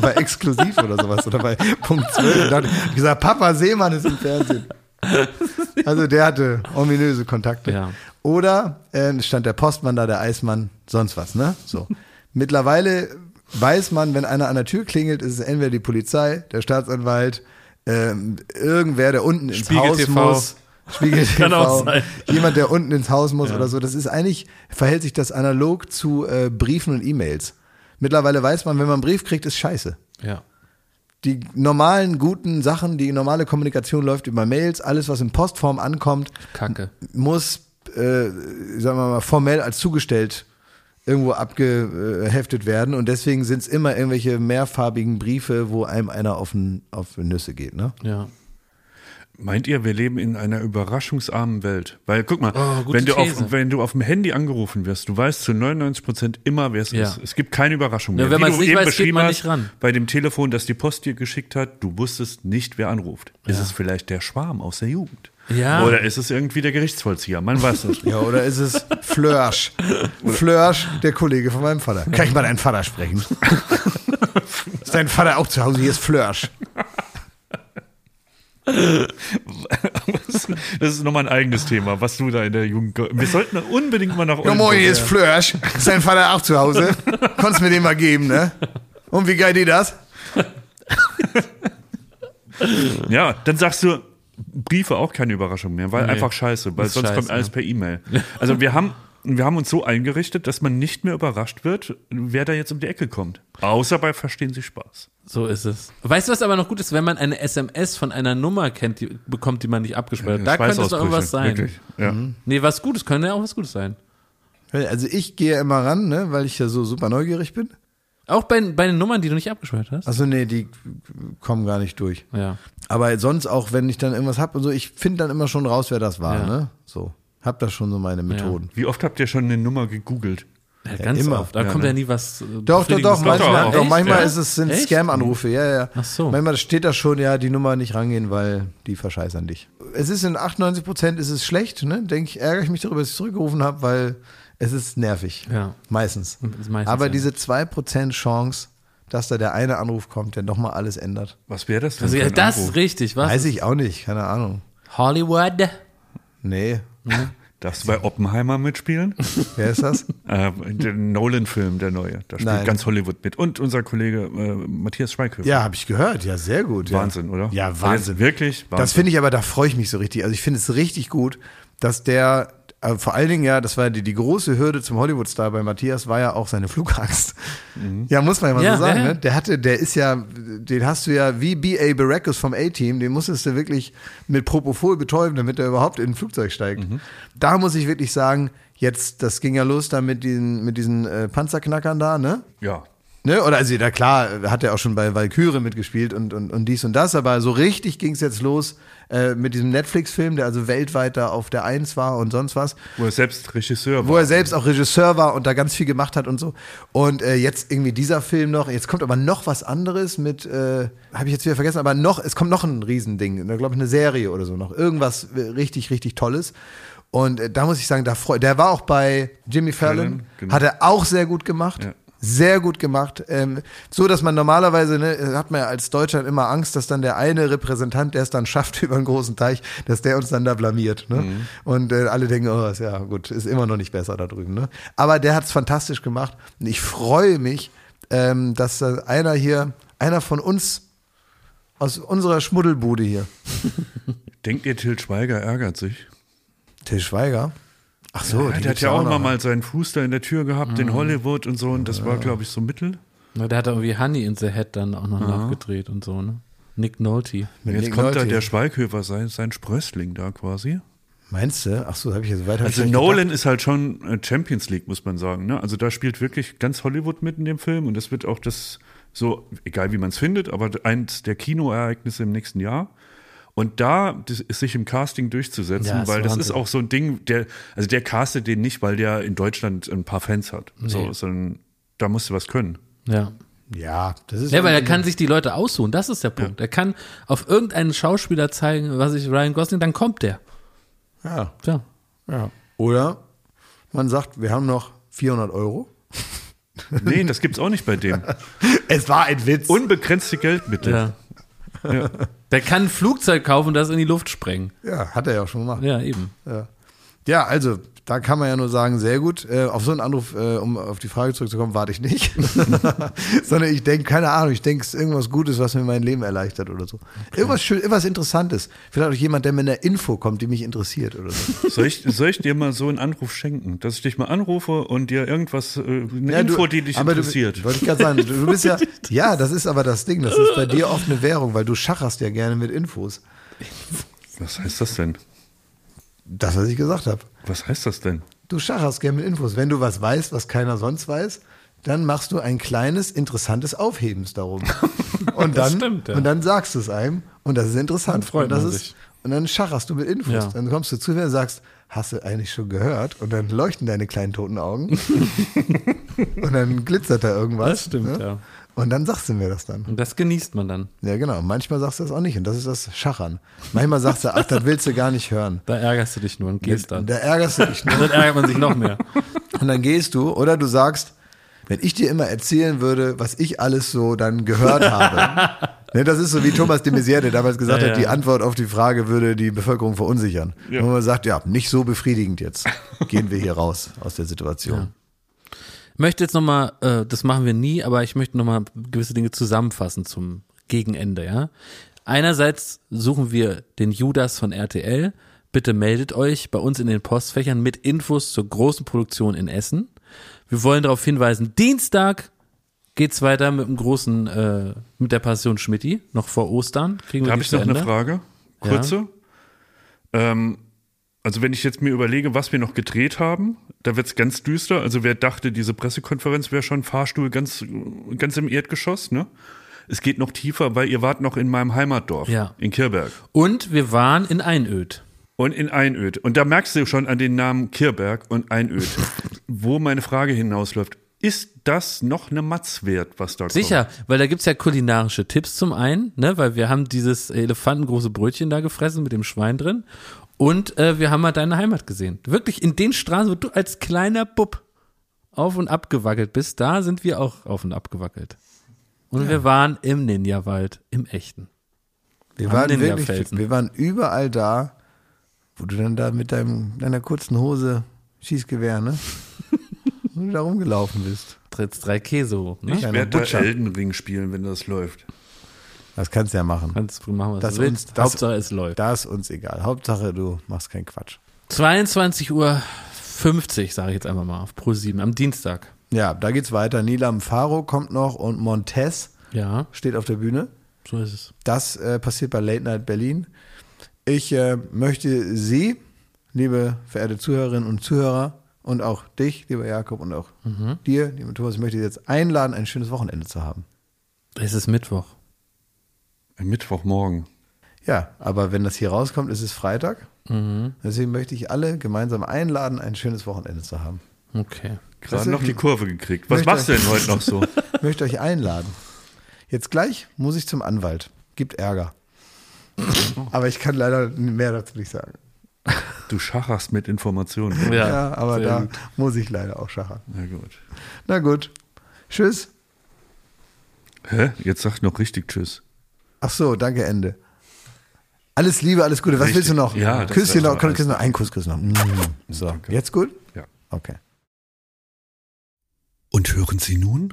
S4: bei Exklusiv oder sowas oder bei Punkt 12. Und dann hab ich gesagt, Papa Seemann ist im Fernsehen. Also der hatte ominöse Kontakte.
S3: Ja.
S4: Oder äh, stand der Postmann da, der Eismann, sonst was, ne? So. Mittlerweile weiß man, wenn einer an der Tür klingelt, ist es entweder die Polizei, der Staatsanwalt, ähm, irgendwer, der unten ins
S3: Spiegel
S4: Haus
S3: TV.
S4: muss. Spiegel TV.
S3: Kann auch sein.
S4: Jemand, der unten ins Haus muss oder so. Das ist eigentlich, verhält sich das analog zu äh, Briefen und E-Mails. Mittlerweile weiß man, wenn man einen Brief kriegt, ist scheiße.
S3: Ja.
S4: Die normalen guten Sachen, die normale Kommunikation läuft über Mails, alles was in Postform ankommt,
S3: Kacke.
S4: muss, äh, sagen wir mal, formell als zugestellt irgendwo abgeheftet werden und deswegen sind es immer irgendwelche mehrfarbigen Briefe, wo einem einer auf, den, auf die Nüsse geht, ne?
S3: Ja.
S2: Meint ihr, wir leben in einer überraschungsarmen Welt? Weil guck mal,
S3: Oh, gute
S2: wenn, du auf,
S3: These.
S2: wenn du auf dem Handy angerufen wirst, du weißt zu 99 Prozent immer, wer es
S3: Ja.
S2: ist. Es gibt keine Überraschung
S3: Ja,
S2: mehr.
S3: wenn
S2: Wie
S3: man's
S2: du
S3: nicht
S2: eben
S3: weiß, geht
S2: beschrieben
S3: man
S2: hast,
S3: nicht ran.
S2: Bei dem Telefon, das die Post dir geschickt hat, du wusstest nicht, wer anruft. Ist es vielleicht der Schwarm aus der Jugend?
S3: Ja.
S2: Oder ist es irgendwie der Gerichtsvollzieher? Man weiß es nicht.
S4: Ja, oder ist es Flörsch? Flörsch, der Kollege von meinem Vater. Kann ich mal deinen Vater sprechen? ist dein Vater auch zu Hause? Hier ist Flörsch.
S2: Das ist nochmal ein eigenes Thema, was du da in der Jugend. ge- Wir sollten unbedingt mal nach
S4: Ja, moin, hier
S2: Oldenburg.
S4: ist Flörsch. Ist dein Vater auch zu Hause? Konntest mir den mal geben, ne? Und wie geil die das?
S2: Ja, dann sagst du, Briefe auch keine Überraschung mehr, weil einfach scheiße, weil
S3: Ist
S2: sonst kommt
S3: scheiße,
S2: alles
S3: ja.
S2: per E-Mail. Also wir haben, wir haben uns so eingerichtet, dass man nicht mehr überrascht wird, wer da jetzt um die Ecke kommt. Außer bei Verstehen Sie Spaß.
S3: So ist es. Weißt du, was aber noch gut ist, wenn man eine SMS von einer Nummer kennt, die bekommt, die man nicht abgespeichert hat? Da könnte es noch irgendwas sein. Mhm.
S2: Wirklich. Ja.
S3: Nee, was Gutes könnte ja auch was Gutes sein.
S4: Also ich gehe immer ran, ne, weil ich ja so super neugierig bin.
S3: Auch bei, bei den Nummern, die du nicht abgespeichert hast.
S4: Achso, nee, die kommen gar nicht durch.
S3: Ja.
S4: Aber sonst auch, wenn ich dann irgendwas hab und so, ich finde dann immer schon raus, wer das war, ne? So. Hab da schon so meine Methoden.
S2: Wie oft habt ihr schon eine Nummer gegoogelt?
S3: ja ganz
S4: immer.
S3: oft. Da kommt ja nie was. äh,
S4: Doch, doch, doch,
S3: Befriedigendes raus.
S4: manchmal,
S2: Doch,
S4: doch,
S2: doch.
S4: manchmal
S2: Echt?
S4: ist es, sind
S3: Echt?
S4: Scam-Anrufe, ja, ja.
S3: Ach so.
S4: Manchmal steht da schon, ja, die Nummer nicht rangehen, weil die verscheißern dich. Es ist in 98 Prozent ist es schlecht, ne? Denke ich, ärgere ich mich darüber, dass ich zurückgerufen habe, weil es ist nervig.
S3: Ja.
S4: Meistens.
S3: Ist meistens,
S4: Aber
S3: ja.
S4: diese 2% Chance, dass da der eine Anruf kommt, der nochmal alles ändert.
S2: Was wäre das denn?
S3: Also,
S2: für
S3: ja,
S2: ein
S3: das
S2: Anruf?
S3: richtig, was?
S4: Weiß ich auch nicht, keine Ahnung.
S3: Hollywood.
S4: Nee.
S2: Darfst du bei Oppenheimer mitspielen?
S4: Wer ist das?
S2: äh, der Nolan-Film, der neue. Da spielt
S4: Nein.
S2: ganz Hollywood mit. Und unser Kollege äh, Matthias Schweighöfer.
S4: ja, habe ich gehört. Ja, sehr gut. Ja.
S2: Wahnsinn, oder? Also
S4: Ja, Wahnsinn.
S2: Wirklich? Wahnsinn.
S4: Das finde ich aber, da freue ich mich so richtig. Also ich finde es richtig gut, dass der, äh, vor allen Dingen ja, das war die, die große Hürde zum Hollywood-Star bei Matthias, war ja auch seine Flugangst.
S2: Mhm.
S4: Ja, muss man ja mal
S3: Ja,
S4: so sagen.
S3: ja, ja.
S4: Ne? Der hatte, der ist ja, den hast du ja wie B.A. Barackus vom A-Team, den musstest du wirklich mit Propofol betäuben, damit er überhaupt in ein Flugzeug steigt.
S2: Mhm.
S4: Da muss ich wirklich sagen, jetzt, das ging ja los da mit diesen, mit diesen äh, Panzerknackern da, ne?
S2: ja.
S4: Ne? Oder also, da klar, hat er auch schon bei Valkyrie mitgespielt und, und, und dies und das, aber so richtig ging es jetzt los äh, mit diesem Netflix-Film, der also weltweit da auf der Eins war und sonst was,
S2: Wo er selbst Regisseur
S4: wo
S2: war.
S4: er selbst auch Regisseur war und da ganz viel gemacht hat und so. Und äh, jetzt irgendwie dieser Film noch, jetzt kommt aber noch was anderes mit, äh, habe ich jetzt wieder vergessen, aber noch, es kommt noch ein Riesending, glaube ich, eine Serie oder so noch. Irgendwas äh, richtig, richtig Tolles. Und äh, da muss ich sagen, da freu, der war auch bei Jimmy Fallon,
S2: Fallon, genau.
S4: hat er auch sehr gut gemacht.
S2: Ja.
S4: Sehr gut gemacht. Ähm, so, dass man normalerweise, ne, hat man ja als Deutschland immer Angst, dass dann der eine Repräsentant, der es dann schafft über einen großen Teich, dass der uns dann da blamiert. Ne?
S2: Mhm.
S4: Und äh, alle denken, oh, ist ja gut, ist immer noch nicht besser da drüben. Ne? Aber der hat es fantastisch gemacht. Und ich freue mich, ähm, dass da einer hier, einer von uns aus unserer Schmuddelbude hier,
S2: Denkt ihr, Til Schweiger ärgert sich?
S4: Till Schweiger. Ach so,
S2: Ja,
S4: den
S2: der
S4: gibt's
S2: hat ja auch immer
S4: noch.
S2: mal seinen Fuß da in der Tür gehabt, den Hollywood und so, und das war, glaube ich, so Mittel.
S3: Na, Der hat da irgendwie Honey in the Head dann auch noch nachgedreht und so, ne? Nick Nolte.
S4: Mit
S2: Jetzt
S4: Nick
S2: kommt da
S4: Nolte.
S2: der Schweighöfer, sein, sein Sprössling da quasi.
S4: Meinst du? Ach so, habe ich jetzt weiter.
S2: Also Nolan ist halt schon äh, Champions League, muss man sagen. Ne? Also da spielt wirklich ganz Hollywood mit in dem Film und das wird auch das so, egal wie man es findet, aber eins der Kinoereignisse im nächsten Jahr. Und da das, ist sich im Casting durchzusetzen,
S3: Ja, ist
S2: weil das
S3: Wahnsinn.
S2: ist auch so ein Ding, der, also der castet den nicht, weil der in Deutschland ein paar Fans hat. So, sondern da musst du was können.
S3: Ja.
S4: Ja, das ist.
S3: Ja, weil er kann sich die Leute aussuchen, das ist der Punkt. Er kann auf irgendeinen Schauspieler zeigen, was ich Ryan Gosling, dann kommt der.
S4: Ja.
S3: Tja.
S4: Ja. Oder man sagt, wir haben noch 400 Euro.
S2: Nee, das gibt's auch nicht bei dem.
S4: Es war ein Witz.
S2: Unbegrenzte Geldmittel.
S3: Ja. Der kann ein Flugzeug kaufen und das in die Luft sprengen.
S4: ja, hat er ja auch schon gemacht.
S3: Ja, eben.
S4: Ja, also Da kann man ja nur sagen, sehr gut. Äh, auf so einen Anruf, äh, um auf die Frage zurückzukommen, warte ich nicht. Sondern ich denke, keine Ahnung, ich denke, es ist irgendwas Gutes, was mir mein Leben erleichtert oder so. Irgendwas schön, irgendwas Interessantes. Vielleicht auch jemand, der mit einer Info kommt, die mich interessiert oder so.
S2: Soll ich, soll ich dir mal so einen Anruf schenken? Dass ich dich mal anrufe und dir irgendwas, äh, eine
S4: Ja, du-
S2: Info, die dich
S4: aber
S2: interessiert.
S4: Du, wollte ich gerade sagen, du du bist ja, ja, das ist aber das Ding, das ist bei dir oft eine Währung, weil du schacherst ja gerne mit Infos.
S2: Was heißt das denn?
S4: Das, was ich gesagt habe.
S2: Was heißt das denn?
S4: Du schacherst gerne mit Infos. Wenn du was weißt, was keiner sonst weiß, dann machst du ein kleines, interessantes Aufhebens darum. Und dann,
S8: stimmt, ja.
S4: und dann sagst du es einem und das ist interessant.
S8: freut
S4: und das
S8: man
S4: ist,
S8: sich.
S4: Und dann schacherst du mit Infos.
S8: Ja.
S4: Dann kommst du zu mir und sagst, hast du eigentlich schon gehört? Und dann leuchten deine kleinen toten Augen. und dann glitzert da irgendwas. ne?
S8: Das stimmt, ja.
S4: Und dann sagst du mir das dann.
S3: Und das genießt man dann.
S4: Ja, genau. Manchmal sagst du das auch nicht. Und das ist das Schachern. Manchmal sagst du, ach, das willst du gar nicht hören.
S3: Da ärgerst du dich nur und gehst dann.
S4: Da ärgerst du dich. Ne?
S3: Dann ärgert man sich noch mehr.
S4: Und dann gehst du oder du sagst, wenn ich dir immer erzählen würde, was ich alles so dann gehört habe. ne, das ist so wie Thomas de Maizière, der damals gesagt hat, die Antwort auf die Frage würde die Bevölkerung verunsichern. Und man sagt, ja, nicht so befriedigend jetzt. Gehen wir hier raus aus der Situation.
S3: Ich möchte jetzt nochmal, äh, das machen wir nie, aber ich möchte nochmal gewisse Dinge zusammenfassen zum Gegenende, ja. Einerseits suchen wir den Judas von RTL. Bitte meldet euch bei uns in den Postfächern mit Infos zur großen Produktion in Essen. Wir wollen darauf hinweisen, Dienstag geht's weiter mit dem großen, äh, mit der Passion Schmidti, noch vor Ostern. Kriegen wir
S2: Da habe
S3: die
S2: ich
S3: zu
S2: noch eine
S3: Ende.
S2: Frage. Kurze. Ähm, also, wenn ich jetzt mir überlege, was wir noch gedreht haben, da wird es ganz düster. Also, wer dachte, diese Pressekonferenz wäre schon Fahrstuhl ganz, ganz im Erdgeschoss, ne? Es geht noch tiefer, weil ihr wart noch in meinem Heimatdorf,
S3: Ja.
S2: in Kirberg.
S3: Und wir waren in Einöd.
S2: Und in Einöd. Und da merkst du schon an den Namen Kirberg und Einöd, wo meine Frage hinausläuft. Ist das noch eine Matz wert, was da
S3: Sicher, weil da gibt's ja kulinarische Tipps zum einen, ne, weil wir haben dieses elefantengroße Brötchen da gefressen mit dem Schwein drin und äh, wir haben mal deine Heimat gesehen. Wirklich in den Straßen, wo du als kleiner Bub auf und ab gewackelt bist, da sind wir auch auf und ab gewackelt. Und wir waren im Ninja-Wald, im echten.
S4: Wir
S3: Am
S4: waren wirklich,
S3: Ninja-Felsen.
S4: wir waren überall da, wo du dann da mit deinem, deiner kurzen Hose Schießgewehr, ne? Wo du da rumgelaufen bist.
S3: Trittst drei Käse hoch, ne?
S2: kommt?
S4: Kleiner
S2: Ich werde da
S4: Butcher.
S2: Elden Ring spielen, wenn das läuft.
S4: Das kannst du ja machen.
S3: Kannst du machen, was
S4: Das
S3: du willst.
S4: uns- das-
S3: Hauptsache es läuft.
S4: Da ist uns egal. Hauptsache, du machst keinen Quatsch.
S3: 22 Uhr 50, sage ich jetzt einfach mal, auf Pro 7 am Dienstag.
S4: Ja, da geht's weiter. Nilam Faro kommt noch und Montez
S3: Ja,
S4: steht auf der Bühne.
S3: so ist es.
S4: Das äh, passiert bei Late Night Berlin. Ich äh, möchte Sie, liebe verehrte Zuhörerinnen und Zuhörer, und auch dich, lieber Jakob, und auch
S3: Mhm.
S4: dir, lieber Thomas, ich möchte Sie jetzt einladen, ein schönes Wochenende zu haben.
S3: Es ist Mittwoch.
S2: Am Mittwochmorgen.
S4: Ja, aber wenn das hier rauskommt, ist es Freitag.
S3: Mhm.
S4: Deswegen möchte ich alle gemeinsam einladen, ein schönes Wochenende zu haben.
S3: Okay.
S4: Das
S2: Gerade
S4: ist-
S2: noch die Kurve gekriegt. Was
S4: Möchte-
S2: machst du denn heute noch so?
S4: Ich möchte euch einladen. Jetzt gleich muss ich zum Anwalt. Gibt Ärger. Aber ich kann leider mehr dazu nicht sagen.
S2: Du schacherst mit Informationen.
S4: Ja, aber da muss ich leider auch schachern.
S2: Na gut.
S4: Na gut. Tschüss.
S2: Hä? Jetzt sagt noch richtig Tschüss.
S4: Ach so, danke, Ende. Alles Liebe, alles Gute. Was
S2: Richtig.
S4: willst du noch?
S2: Ja, das
S4: Küsschen
S2: wär-
S4: noch, komm, küss noch, einen Kuss, Kuss noch. Mm. So,
S2: Danke.
S4: jetzt gut?
S2: Ja.
S4: Okay.
S10: Und hören Sie nun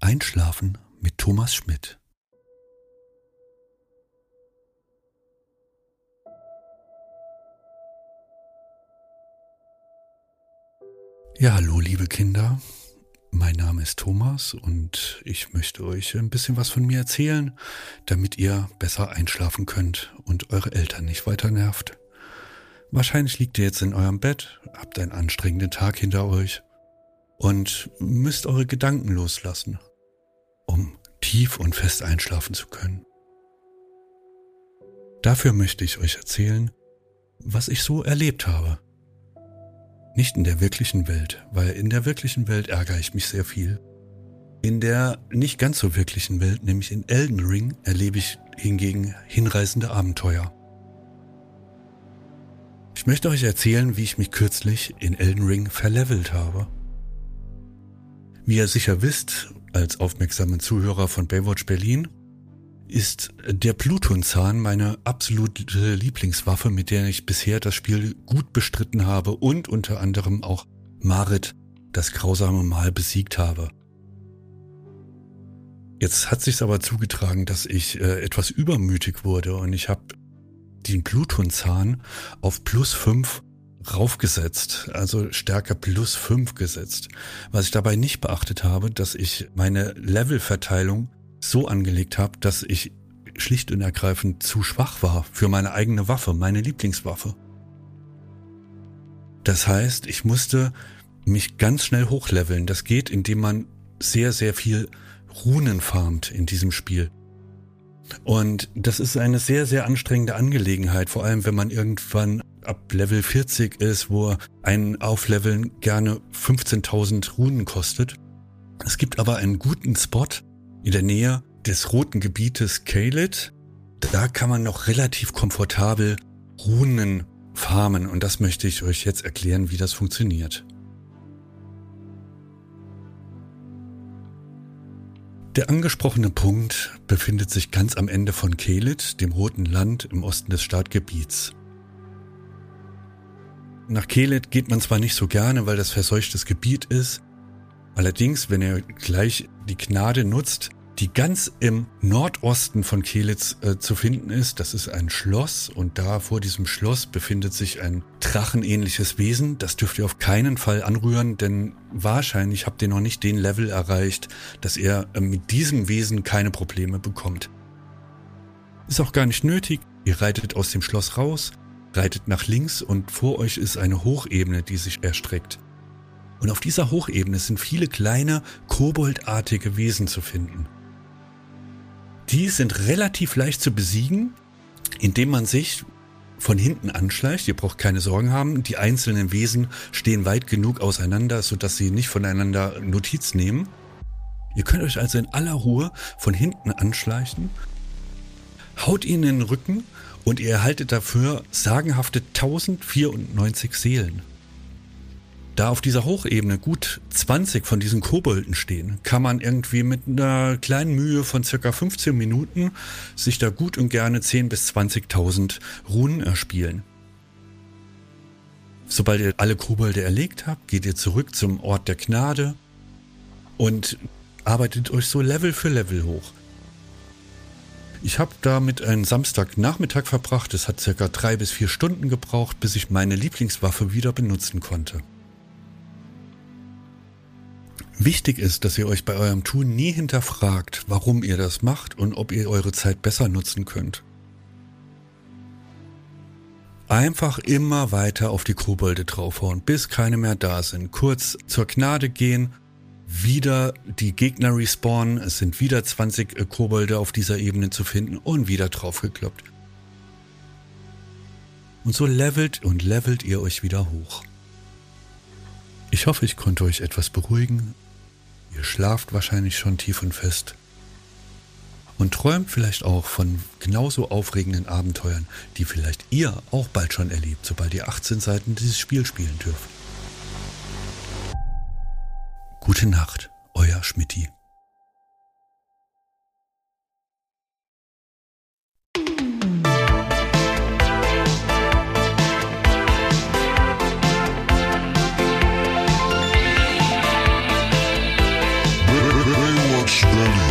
S10: Einschlafen mit Thomas Schmidt. Ja, hallo liebe Kinder. Mein Name ist Thomas und ich möchte euch ein bisschen was von mir erzählen, damit ihr besser einschlafen könnt und eure Eltern nicht weiter nervt. Wahrscheinlich liegt ihr jetzt in eurem Bett, habt einen anstrengenden Tag hinter euch und müsst eure Gedanken loslassen, um tief und fest einschlafen zu können. Dafür möchte ich euch erzählen, was ich so erlebt habe. Nicht in der wirklichen Welt, weil in der wirklichen Welt ärgere ich mich sehr viel. In der nicht ganz so wirklichen Welt, nämlich in Elden Ring, erlebe ich hingegen hinreißende Abenteuer. Ich möchte euch erzählen, wie ich mich kürzlich in Elden Ring verlevelt habe. Wie ihr sicher wisst, als aufmerksame Zuhörer von Baywatch Berlin,
S2: ist der Plutonzahn meine absolute Lieblingswaffe, mit der ich bisher das Spiel gut bestritten habe und unter anderem auch Marit das grausame Mal besiegt habe. Jetzt hat sich's aber zugetragen, dass ich äh, etwas übermütig wurde und ich habe den Plutonzahn auf plus fünf raufgesetzt, also stärker plus fünf gesetzt. Was ich dabei nicht beachtet habe, dass ich meine Levelverteilung so angelegt habe, dass ich schlicht und ergreifend zu schwach war für meine eigene Waffe, meine Lieblingswaffe. Das heißt, ich musste mich ganz schnell hochleveln. Das geht, indem man sehr, sehr viel Runen farmt in diesem Spiel. Und das ist eine sehr, sehr anstrengende Angelegenheit, vor allem wenn man irgendwann ab Level 40 ist, wo ein Aufleveln gerne 15.000 Runen kostet. Es gibt aber einen guten Spot in der Nähe des roten Gebietes Kalit. Da kann man noch relativ komfortabel Runen farmen und das möchte ich euch jetzt erklären, wie das funktioniert. Der angesprochene Punkt befindet sich ganz am Ende von Kelit, dem Roten Land im Osten des Startgebiets. Nach Kelet geht man zwar nicht so gerne, weil das verseuchtes Gebiet ist, allerdings, wenn ihr gleich die Gnade nutzt, die ganz im Nordosten von Kelet äh, zu finden ist, das ist ein Schloss und da vor diesem Schloss befindet sich ein drachenähnliches Wesen, das dürft ihr auf keinen Fall anrühren, denn wahrscheinlich habt ihr noch nicht den Level erreicht, dass ihr äh, mit diesem Wesen keine Probleme bekommt. Ist auch gar nicht nötig, ihr reitet aus dem Schloss raus, reitet nach links und vor euch ist eine Hochebene, die sich erstreckt. Und auf dieser Hochebene sind viele kleine, koboldartige Wesen zu finden. Die sind relativ leicht zu besiegen, indem man sich von hinten anschleicht. Ihr braucht keine Sorgen haben. Die einzelnen Wesen stehen weit genug auseinander, sodass sie nicht voneinander Notiz nehmen. Ihr könnt euch also in aller Ruhe von hinten anschleichen, haut ihnen in den Rücken und ihr erhaltet dafür sagenhafte 1094 Seelen. Da auf dieser Hochebene gut 20 von diesen Kobolden stehen, kann man irgendwie mit einer kleinen Mühe von circa 15 Minuten sich da gut und gerne 10 bis 20.000 Runen erspielen. Sobald ihr alle Kobolde erlegt habt, geht ihr zurück zum Ort der Gnade und arbeitet euch so Level für Level hoch. Ich habe damit einen Samstagnachmittag verbracht. Es hat circa drei bis vier Stunden gebraucht, bis ich meine Lieblingswaffe wieder benutzen konnte. Wichtig ist, dass ihr euch bei eurem Tun nie hinterfragt, warum ihr das macht und ob ihr eure Zeit besser nutzen könnt. Einfach immer weiter auf die Kobolde draufhauen, bis keine mehr da sind. Kurz zur Gnade gehen, wieder die Gegner respawnen, es sind wieder 20 Kobolde auf dieser Ebene zu finden und wieder draufgekloppt. Und so levelt und levelt ihr euch wieder hoch. Ich hoffe, ich konnte euch etwas beruhigen. Ihr schlaft wahrscheinlich schon tief und fest. Und träumt vielleicht auch von genauso aufregenden Abenteuern, die vielleicht ihr auch bald schon erlebt, sobald ihr 18 Seiten dieses Spiel spielen dürft. Gute Nacht, euer Schmidti.
S9: Baywatch Berlin.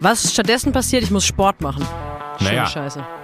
S13: Was stattdessen passiert, ich muss Sport machen. Schöne
S3: Naja.
S13: Scheiße.